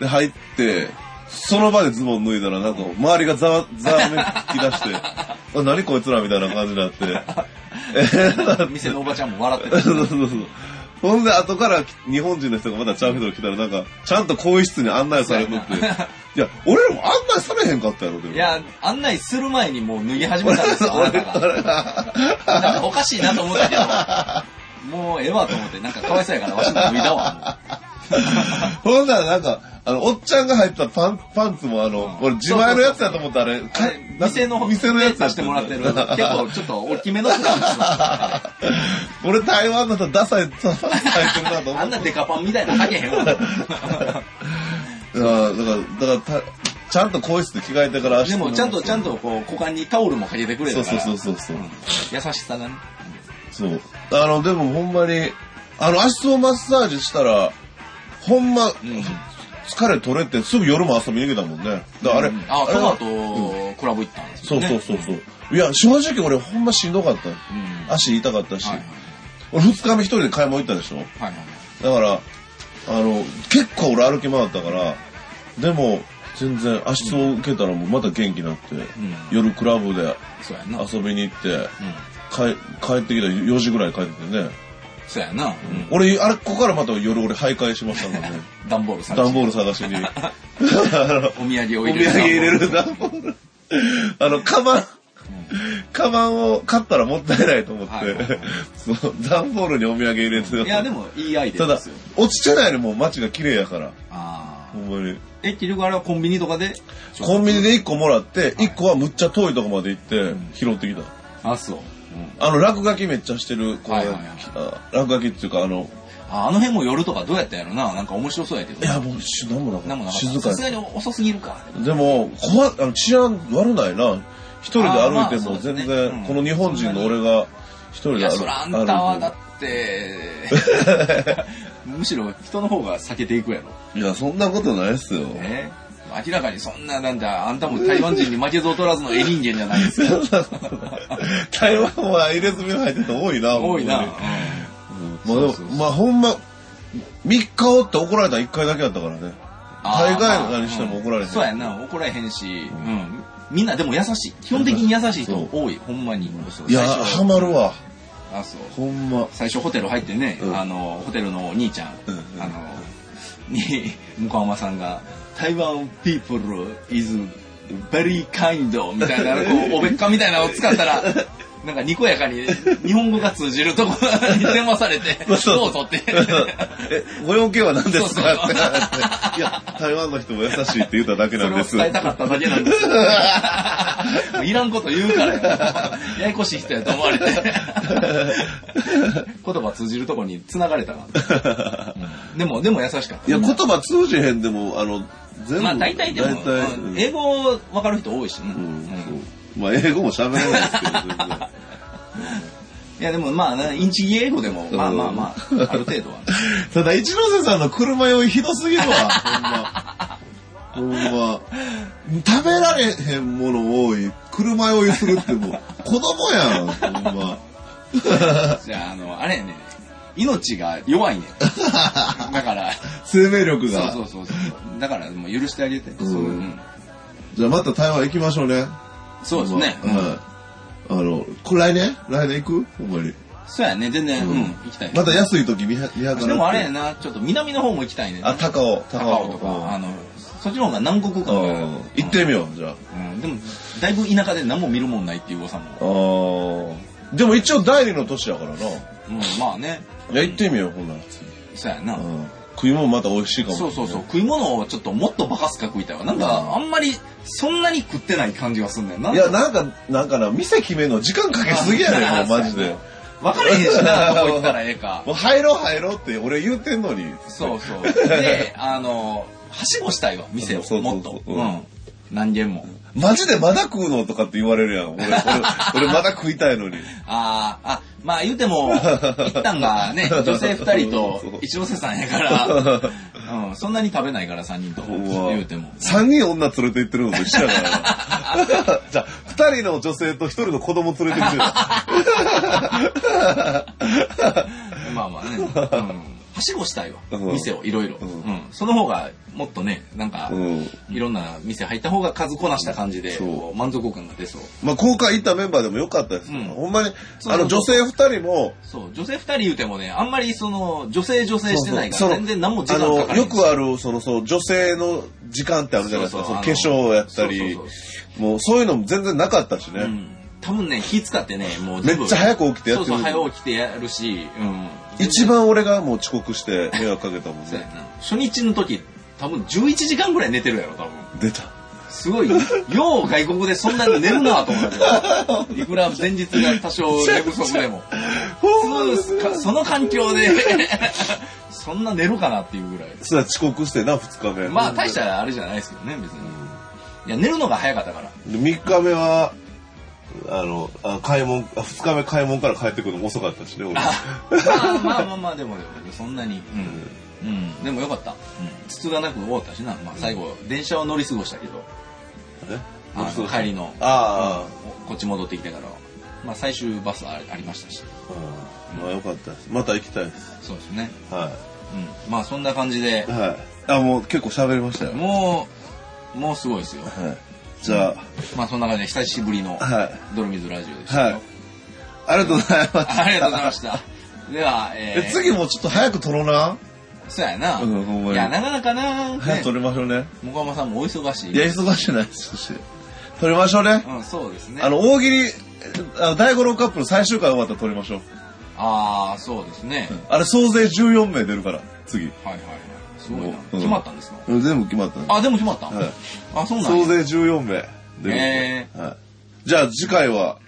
Speaker 1: で、入って、その場でズボン脱いだら、なんか周りがざわ、ざわめき出 して、あ、何こいつらみたいな感じになって、
Speaker 2: 店のおばちゃんも笑っ
Speaker 1: そ
Speaker 2: て
Speaker 1: う
Speaker 2: た。
Speaker 1: そうそうそう。ほんで、後から日本人の人がまたチャンフィドル来たら、なんか、ちゃんと更衣室に案内されとって、いや、俺らも案内されへんかったやろ、でも。
Speaker 2: いや、案内する前にもう脱ぎ始めたんですよ、あなたが。なんかおかしいなと思ったけど、もうええわと思って、なんかかわいそうやからわしも脱いだわ。
Speaker 1: ほんならなんか、あの、おっちゃんが入ったパンパンツもあの、俺自前のやつだと思ったあれ、
Speaker 2: あ
Speaker 1: か
Speaker 2: れ店の、
Speaker 1: 店のやつだ
Speaker 2: 出してもらってる。結 構ちょっと大きめの人なんですよ。
Speaker 1: 俺台湾の人ダサい、ダサい入ってるなと思
Speaker 2: あ
Speaker 1: っ
Speaker 2: ん
Speaker 1: て。
Speaker 2: なデカパンみたいなの履けへんわ。
Speaker 1: うんだから、だからた、ちゃんと更衣室で着替えてから
Speaker 2: でもちゃんとちゃん
Speaker 1: と。
Speaker 2: とこう股間にタオルもかけてくれ
Speaker 1: そ
Speaker 2: た
Speaker 1: う
Speaker 2: から。
Speaker 1: そうそうそうそう。
Speaker 2: 優しさがね。
Speaker 1: そう。あの、でもほんまに、あの、足つぼマッサージしたら、ほんま、疲れ取れて、すぐ夜も遊びに行けたもんね。だからあれ、
Speaker 2: あ、
Speaker 1: れ
Speaker 2: トマとクラブ行ったんです
Speaker 1: そ
Speaker 2: よ
Speaker 1: う
Speaker 2: ね。
Speaker 1: そうそうそう。いや、正直俺ほんましんどかった。足痛かったし。
Speaker 2: はいはい
Speaker 1: 俺二日目一人で買い物行ったでしょ
Speaker 2: はいはい。
Speaker 1: だから、あの、結構俺歩き回ったから、でも、全然足つぼ受けたらもうまた元気になって、
Speaker 2: ん
Speaker 1: 夜クラブで
Speaker 2: そうやんな。うん。
Speaker 1: 遊びに行って、帰帰ってきたら4時ぐらい帰ってきてね。
Speaker 2: そうやな。うん
Speaker 1: 俺、あれ、ここからまた夜俺徘徊しました からね。
Speaker 2: 段ボールさん。
Speaker 1: 段ボール探しに。あの
Speaker 2: お土産を
Speaker 1: お土
Speaker 2: 入
Speaker 1: 産
Speaker 2: れる。
Speaker 1: 入れる段ボール。 あの、カバン、カバンを買ったらもったいないと思って、
Speaker 2: はいはいはい
Speaker 1: そう段ボールにお土産入れて
Speaker 2: いや、でもいいアイデ
Speaker 1: た
Speaker 2: アで
Speaker 1: だ
Speaker 2: すよ。、
Speaker 1: 落ちてないのも街が綺麗やから、
Speaker 2: あ
Speaker 1: ほんまに。
Speaker 2: あ。え、結局あれはコンビニとかで
Speaker 1: コンビニで1個もらって、1個はむっちゃ遠いとこまで行って、拾ってきた。
Speaker 2: あ、そう。
Speaker 1: あの、落書きめっちゃしてる子が、
Speaker 2: はいはいはい
Speaker 1: あ落書きっていうか、あの、
Speaker 2: ああの辺も夜とかどうやったんやろな。なんか面白そうやけど。
Speaker 1: いや、もう、しなんもな
Speaker 2: なんも
Speaker 1: か
Speaker 2: な
Speaker 1: った。
Speaker 2: かった
Speaker 1: 静か
Speaker 2: さ
Speaker 1: や
Speaker 2: すがに遅すぎるか。
Speaker 1: でも、怖っあの治安悪ないな。一人で歩いて
Speaker 2: あーま
Speaker 1: も
Speaker 2: あそう
Speaker 1: 全
Speaker 2: ですね
Speaker 1: 然、
Speaker 2: うん
Speaker 1: この日本人の俺が一人
Speaker 2: い
Speaker 1: で
Speaker 2: や、
Speaker 1: 歩
Speaker 2: そらあんたは だって、むしろ人の方が避けていくやろ。
Speaker 1: いていや、そんなことないっすよ。
Speaker 2: ね。明らかにそんな、なんだ、あんたも台湾人に負けず劣らずのエリンゲンじゃないです か。
Speaker 1: 台湾は入れ墨が入ってるの多いな、
Speaker 2: 多いな。うん
Speaker 1: ほんまにまあでも、まあほんま、3日おって怒られたの1回だけだったからね。
Speaker 2: あー
Speaker 1: 海外の何しても怒られへん
Speaker 2: うんそうやな、怒られへんし、うんみんなでも優しい。基本的に優しい人多い、ほんまに。
Speaker 1: いや、
Speaker 2: 最初
Speaker 1: ハマるわ。
Speaker 2: あ、そう。
Speaker 1: ほんま。
Speaker 2: 最初ホテル入ってね、
Speaker 1: うん
Speaker 2: あの、ホテルのお兄ちゃん、
Speaker 1: うんうん
Speaker 2: あの、に、向浜さんが、台湾 people is very kind みたいな、こう、おべっかみたいなのを使ったら、なんかにこやかに日本語が通じるところに電話されて、どう
Speaker 1: そう
Speaker 2: ぞって。
Speaker 1: え、ご用件は何ですか
Speaker 2: そうそう
Speaker 1: って言われて。いや、台湾の人も優しいって言っただけ
Speaker 2: そ
Speaker 1: なん
Speaker 2: れを
Speaker 1: です。
Speaker 2: 伝えたかっただけなんですよ。もういらんこと言うからや。ややこしい人やと思わ れて。言葉通じるとこに繋がれ たな、うんでも、でも優しかった。
Speaker 1: いや、言葉通じへんでも、あの、全部。
Speaker 2: まあ大体でも、
Speaker 1: 大体うん
Speaker 2: うん英語わかる人多いしね。
Speaker 1: う
Speaker 2: うん
Speaker 1: んそうんまあ、英語も喋れないですけど、全然。
Speaker 2: いやでもまあな、インチギ英語でも、まあまあまあ、ある程度は。
Speaker 1: ただ、一ノ瀬さんの車酔いひどすぎる わ、ほんま。ほんま。食べられへんもの多い、車酔いするってもう、 子供やん、ほんま。
Speaker 2: じゃあ、あの、あれやね、命が 弱いね。だから、
Speaker 1: 生命力
Speaker 2: そう
Speaker 1: が。
Speaker 2: そうそうそう。だからもう許してあげて。そう
Speaker 1: うん
Speaker 2: うん
Speaker 1: じゃあ、また台湾行きましょうね。
Speaker 2: そうですね。
Speaker 1: ほんまはい。あの、これ来年来年行くほんまに。
Speaker 2: そうやね、全然、
Speaker 1: う
Speaker 2: うんん、行きたい。
Speaker 1: また安い時見は見計らって。
Speaker 2: でもあれやな、ちょっと南の方も行きたいね。
Speaker 1: あ、高尾。
Speaker 2: 高尾
Speaker 1: う
Speaker 2: と
Speaker 1: ん
Speaker 2: か、あの、そっちの方が南国か。
Speaker 1: うん行ってみよう、じゃあ。
Speaker 2: うん、でも、だいぶ田舎で何も見るもんないっていう噂も。
Speaker 1: あーでも一応第二の都市やからな。い
Speaker 2: うん、まあね。
Speaker 1: や、行ってみよう、ほんなら。
Speaker 2: そうやな。
Speaker 1: うん食い物また美味しいかもしれな
Speaker 2: そう
Speaker 1: い。
Speaker 2: そうそう。食い物をちょっともっとバカすか食いたいわ。なんか、あんまり、そんなに食ってない感じがすんだよな。
Speaker 1: いや、なんか、なんかな、店決めるの時間かけすぎ やねん、もうマジで。
Speaker 2: 分かれへんしな、どこ行ったらええ か。
Speaker 1: もう入ろう入ろうって俺言うてんのに。
Speaker 2: そうそう。で、あの、はしごしたいわ、店
Speaker 1: そ
Speaker 2: を。
Speaker 1: うそ
Speaker 2: もっ
Speaker 1: うそう
Speaker 2: と。
Speaker 1: うん
Speaker 2: うん。何軒も。
Speaker 1: マジでまだ食うのとかって言われるやん。 俺、俺、俺まだ食いたいのに。
Speaker 2: ああ、あ、まあ言う ても、一旦がね、女性二人と一ノ瀬さん やから、うん、そんなに食べないから三人と
Speaker 1: う
Speaker 2: も、
Speaker 1: わ
Speaker 2: 言うても。
Speaker 1: 三人女連れて行ってるのと一緒やから な。じゃあ、二人の女性と一人の子供連れて行ってる。
Speaker 2: まあまあね、うん、はしごしたいわ、
Speaker 1: うん
Speaker 2: 店をいろいろ。うんん、その方がもっとね、なんか、
Speaker 1: うん。
Speaker 2: いろんな店入った方が数こなした感じで、
Speaker 1: そう
Speaker 2: こう満足感が出そう。
Speaker 1: まあ、今回行ったメンバーでもよかったですから、
Speaker 2: うん
Speaker 1: ほんまに、
Speaker 2: そう
Speaker 1: あの、女性二人も、
Speaker 2: そう、女性二人言うてもね、あんまりその、女性女性してないか
Speaker 1: そうそう
Speaker 2: ら、全然何も時
Speaker 1: あ
Speaker 2: 間かか
Speaker 1: の、
Speaker 2: らない
Speaker 1: よくある、その、そう、女性の時間ってあるじゃないですか。そ
Speaker 2: そうそう
Speaker 1: の化粧
Speaker 2: あの
Speaker 1: やったり
Speaker 2: そうそう、
Speaker 1: もうそういうのも全然なかったしね。
Speaker 2: うん。多分ね、気使ってね、もう
Speaker 1: め
Speaker 2: 全部。
Speaker 1: っちゃ早く起きてや
Speaker 2: そ
Speaker 1: っ
Speaker 2: う
Speaker 1: て
Speaker 2: そ
Speaker 1: る
Speaker 2: う、。早起きてやるし、うん。
Speaker 1: 一番俺がもう遅刻して迷惑かけたもん
Speaker 2: そうや
Speaker 1: ね。
Speaker 2: な初日の時、多分11時間ぐらい寝てるやろ、多分。
Speaker 1: 出た。
Speaker 2: すごい、よう外国でそんなに寝るなと思って。いくら前日が多少寝不足でも。
Speaker 1: ほんま
Speaker 2: そのその環境で、 そんな寝るかなっていうぐらい。
Speaker 1: そうだ遅刻してな、二日目。
Speaker 2: まあ大したあれじゃないですけどね、別に。いや、寝るのが早かったから。
Speaker 1: で三日目は、あの、あ買い物、あ二日目買い物から帰ってくるのも遅かったしね、俺。
Speaker 2: まあまあまあまあ、でもでも、そんなに。うん。うん、でもよかった。うん。筒がなく終わったしな。まあ最後、電車を乗り過ごしたけど、
Speaker 1: ね
Speaker 2: あの帰りの、
Speaker 1: あ
Speaker 2: こっち戻ってきてから、まあ最終バスあありましたし。
Speaker 1: あ、うんまあよかったです。また行きたいです。
Speaker 2: そうですね。
Speaker 1: は
Speaker 2: うん。まあそんな感じで
Speaker 1: い。、はい。あ、もう結構喋りましたよ。
Speaker 2: もう、もうすごいですよ。
Speaker 1: はい。じゃ
Speaker 2: まあそんな感じで久しぶりの
Speaker 1: あ、はい。
Speaker 2: ドルミズラジオでした
Speaker 1: は
Speaker 2: よ。
Speaker 1: い。ありがとうございます。
Speaker 2: ありがとうございました。では、え
Speaker 1: え
Speaker 2: ー、
Speaker 1: 次もちょっと早く撮ろうな。
Speaker 2: そうやな。
Speaker 1: うんほんまに
Speaker 2: いや、なかなかな、
Speaker 1: 早く
Speaker 2: ね
Speaker 1: 撮、りましょうね。
Speaker 2: もがまさんもお忙しい。
Speaker 1: いや、忙しいないですし。撮りましょうね。
Speaker 2: うん、そうですね。
Speaker 1: あの、大喜利、あの第5ロカップの最終回終わったら撮りましょう。
Speaker 2: ああ、そうですね。
Speaker 1: あれ、総勢14名出るから、次。
Speaker 2: はいはいはい。すごいな
Speaker 1: うん。
Speaker 2: 決まったんですか
Speaker 1: うん全部決まったね。
Speaker 2: あ、でも決まった。
Speaker 1: はい
Speaker 2: あ、そうなん
Speaker 1: 総
Speaker 2: や
Speaker 1: 勢14名出る
Speaker 2: へ
Speaker 1: はい。じゃあ次回は、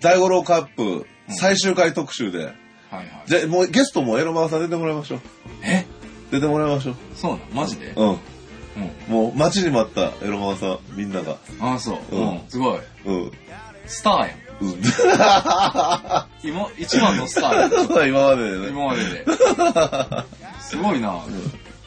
Speaker 1: 第5ロカップ最終回特集で。
Speaker 2: はいはい。
Speaker 1: じゃあもうゲストもエロマーさん出てもらいましょう。
Speaker 2: え
Speaker 1: 出てもらいましょう。
Speaker 2: そうなんマジで
Speaker 1: うん。
Speaker 2: うん。
Speaker 1: もう待ちに待ったエロマーさん、みんなが。
Speaker 2: あそう。
Speaker 1: う
Speaker 2: うんん。すごい。
Speaker 1: うん。
Speaker 2: スターやん。
Speaker 1: うん
Speaker 2: 今、一番のスターやん。
Speaker 1: 今まででね。
Speaker 2: 今までで。すごいな。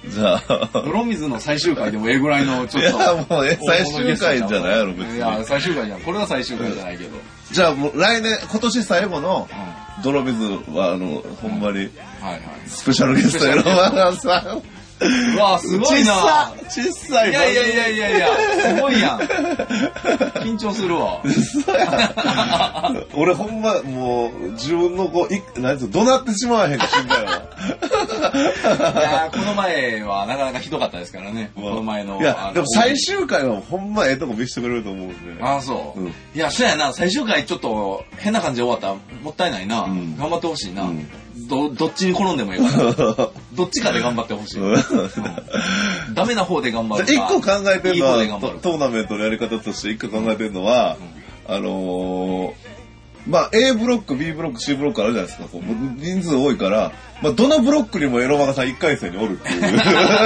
Speaker 1: じゃ あ。
Speaker 2: 泥水の最終回でもええぐらいのちょ
Speaker 1: い
Speaker 2: っと。
Speaker 1: や、もうえ、最終回じゃないやろ、別
Speaker 2: い
Speaker 1: に
Speaker 2: や、。最終回じゃん。これは最終回じゃないけど。
Speaker 1: じゃあもう来年、今年最後の
Speaker 2: うんは
Speaker 1: 泥水は、あの、ほんまに、
Speaker 2: いはい。
Speaker 1: スペシャルゲストやろ、マナさん。
Speaker 2: うわすごいな
Speaker 1: 小さい。
Speaker 2: いやいやいやいやいや、すごいやん。緊張す るわ。
Speaker 1: 嘘や。俺ほんま、もう、自分のこう、い、なんつう、怒鳴ってしまわへんか、死んだよ
Speaker 2: いやこの前はなかなかひどかったですからね。こ
Speaker 1: な。
Speaker 2: の前の。
Speaker 1: い
Speaker 2: あ
Speaker 1: や、
Speaker 2: の
Speaker 1: でも最終回はほんまええとこ見せてくれると思うんで。
Speaker 2: ああ、そう。
Speaker 1: うん
Speaker 2: いや、そうやな。最終回ちょっと変な感じで終わったらもったいないな。
Speaker 1: ん
Speaker 2: 頑張ってほしいな、
Speaker 1: うん
Speaker 2: ど。どっちに転んでもい いから。どっちかで頑張ってほしい。ダメな方で頑張るか。
Speaker 1: 一個考えてるの
Speaker 2: いい方で頑
Speaker 1: は、
Speaker 2: 張
Speaker 1: ト
Speaker 2: る
Speaker 1: トーナメントのやり方として一個考えてるのは、あのーまあ A ブロック、B ブロック、C ブロックあるじゃないですか。こう人数多いから、まあどのブロックにもエロマガさん1回戦におるっていう。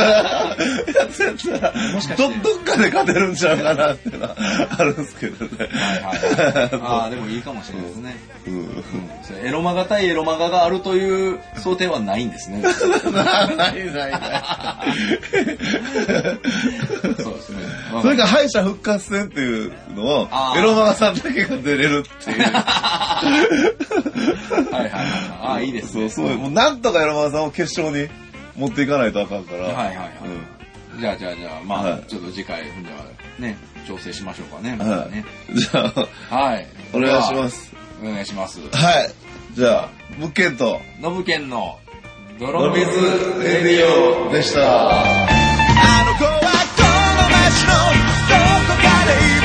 Speaker 1: やつやったら
Speaker 2: もしかして
Speaker 1: ど、どっかで勝てるんちゃうかなってのはあるんですけどね。
Speaker 2: はい はい。ああ、でもいいかもしれないですね。
Speaker 1: うん
Speaker 2: それエロマガ対エロマガがあるという想定はないんです ね。
Speaker 1: ないないない。
Speaker 2: そうですね。
Speaker 1: それか敗者復活戦っていうのを
Speaker 2: あ、ー
Speaker 1: エロマガさんだけが出れるっていう。
Speaker 2: はいはいはい。ああ、いいです
Speaker 1: そう
Speaker 2: ね。
Speaker 1: そう。もうなんとか山田さんを決勝に持っていかないとあかんから。
Speaker 2: はいはいはいじゃあじゃあじゃあ、まあ、
Speaker 1: はい
Speaker 2: ちょっと次回、ほんじゃあね、調整しましょうかね。
Speaker 1: う
Speaker 2: ま
Speaker 1: ん。
Speaker 2: た
Speaker 1: は
Speaker 2: ね
Speaker 1: い。じゃあ、
Speaker 2: はい。。
Speaker 1: お願いしますす。
Speaker 2: お願いします。
Speaker 1: はい。じゃあ、物件と、
Speaker 2: ノブ県の、
Speaker 1: ロ
Speaker 2: 泥
Speaker 1: ビ
Speaker 2: 水
Speaker 1: ズレディオでした。
Speaker 5: あの子はこの街のどこかで
Speaker 1: Oh, Oh, Oh,